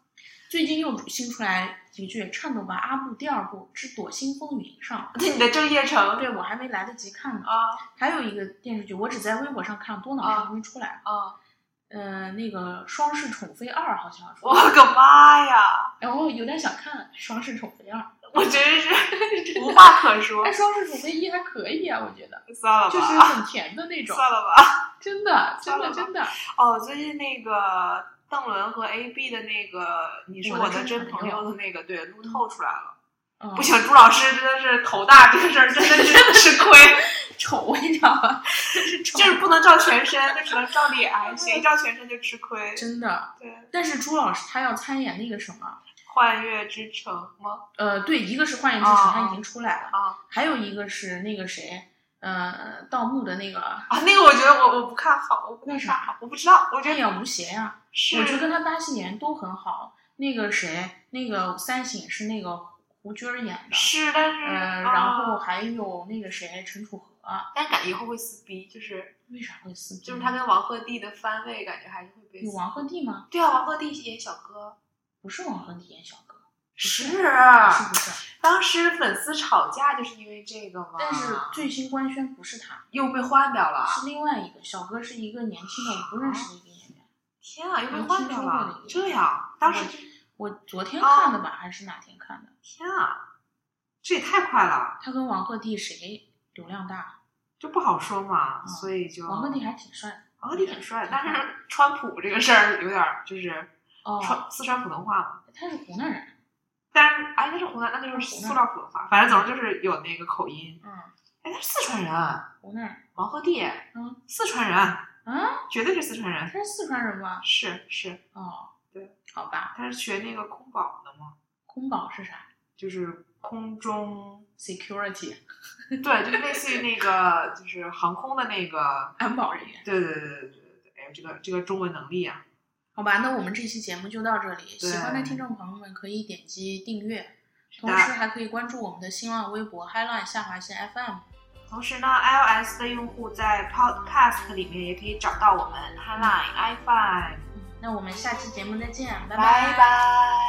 Speaker 1: 最近又新出来一句《颤抖吧，阿布》第二部之《躲新风云》上了，
Speaker 3: 对啊你的郑业成
Speaker 1: 对我还没来得及看呢。
Speaker 3: 啊
Speaker 1: 还有一个电视剧，我只在微博上看，多脑上还没出来。
Speaker 3: 啊！
Speaker 1: 呃，那个《双世宠妃二》好像说
Speaker 3: 我，个妈呀！
Speaker 1: 然后有点想看《双世宠妃二》，
Speaker 3: 我真是无话可说
Speaker 1: 哎，，《双世宠妃一》还可以啊，我觉得，
Speaker 3: 算了吧，
Speaker 1: 就是很甜的那种，
Speaker 3: 算了吧。
Speaker 1: 真的，真
Speaker 3: 算了
Speaker 1: 的，
Speaker 3: 吧
Speaker 1: 真的。
Speaker 3: 哦，最近那个邓伦和 AB 的那个《你是
Speaker 1: 我
Speaker 3: 我
Speaker 1: 的
Speaker 3: 的
Speaker 1: 真
Speaker 3: 真
Speaker 1: 朋
Speaker 3: 朋
Speaker 1: 友
Speaker 3: 友》的那个，对，路透出来了。
Speaker 1: 嗯
Speaker 3: 不行，朱老师真的是头大，这个事儿真的 是吃亏。
Speaker 1: 丑， 你知道吗？就是丑，
Speaker 3: 就是不能照全身，就只能照脸，谁照全身就吃亏。
Speaker 1: 真的。
Speaker 3: 对，
Speaker 1: 但是朱老师他要参演那个什么，
Speaker 3: 幻月之城吗？
Speaker 1: 呃，对，一个是《幻影之城》，
Speaker 3: 啊
Speaker 1: 他已经出来了，
Speaker 3: 啊
Speaker 1: 还有一个是那个谁，呃，盗墓的那个，
Speaker 3: 啊，那个我觉得我我不看好，我不
Speaker 1: 为
Speaker 3: 看
Speaker 1: 啥
Speaker 3: 好，我不知道，我觉
Speaker 1: 他
Speaker 3: 得
Speaker 1: 演吴邪呀、
Speaker 3: 是，
Speaker 1: 我觉得跟他搭戏演员都很好。那个谁，那个三省是那个胡军儿演的，
Speaker 3: 是，哦但是、
Speaker 1: 呃，然后还有那个谁，陈楚河，
Speaker 3: 但感觉以后会撕逼，就是
Speaker 1: 为啥会撕逼？
Speaker 3: 就是他跟王鹤棣的番位，感觉还是会被
Speaker 1: 有王鹤棣吗？
Speaker 3: 对啊，王鹤棣演小哥
Speaker 1: 不是王鹤棣演小哥，
Speaker 3: 是啊
Speaker 1: 是不是？
Speaker 3: 当时粉丝吵架就是因为这个嘛，
Speaker 1: 但是最新官宣不是他，
Speaker 3: 又被换掉了，
Speaker 1: 是另外一个小哥，是一个年轻的我不认识的一个演员。
Speaker 3: 天啊，又被
Speaker 1: 没
Speaker 3: 换
Speaker 1: 听
Speaker 3: 掉
Speaker 1: 说过
Speaker 3: 了
Speaker 1: 那，个
Speaker 3: 这样当时
Speaker 1: 我
Speaker 3: 就
Speaker 1: 我昨天
Speaker 3: 哦
Speaker 1: 看的吧，还是哪天看的？
Speaker 3: 天啊，这也太快了。
Speaker 1: 他跟王鹤棣谁流量大？
Speaker 3: 就不好说嘛，
Speaker 1: 嗯
Speaker 3: 所以就
Speaker 1: 王鹤棣还挺帅的。
Speaker 3: 王鹤棣很帅，
Speaker 1: 挺
Speaker 3: 但是川普这个事儿有点儿就是
Speaker 1: 哦，
Speaker 3: 川四川普通话嘛，
Speaker 1: 他是湖南人，
Speaker 3: 但是哎，那是湖南，那就是塑料普通话，反正总之就是有那个口音。
Speaker 1: 嗯，
Speaker 3: 哎，他是四川人，
Speaker 1: 湖南，
Speaker 3: 王鹤棣，
Speaker 1: 嗯，
Speaker 3: 四川人，
Speaker 1: 啊，
Speaker 3: 绝对是四川
Speaker 1: 他
Speaker 3: 人，
Speaker 1: 是四川人吗？
Speaker 3: 嗯 是是，
Speaker 1: 哦，
Speaker 3: 对，
Speaker 1: 好吧，
Speaker 3: 他是学那个空保的嘛，
Speaker 1: 空保是啥
Speaker 3: 就是空中，
Speaker 1: ？security
Speaker 3: 对，就类似于那个就是航空的那个，
Speaker 1: 安保人员。
Speaker 3: 对对对对对对对，哎呦，这个这个中文能力啊，
Speaker 1: 好吧，那我们这期节目就到这里。
Speaker 3: 对
Speaker 1: 喜欢的听众朋友们可以点击订阅，
Speaker 3: 的
Speaker 1: 同时还可以关注我们的新浪微博 Highline 下划线 FM。
Speaker 3: 同时呢，iOS 的用户在 Podcast 里面也可以
Speaker 1: 嗯
Speaker 3: 找到我们 Highline iFi，
Speaker 1: 那我们下期节目再见，拜
Speaker 3: 拜拜。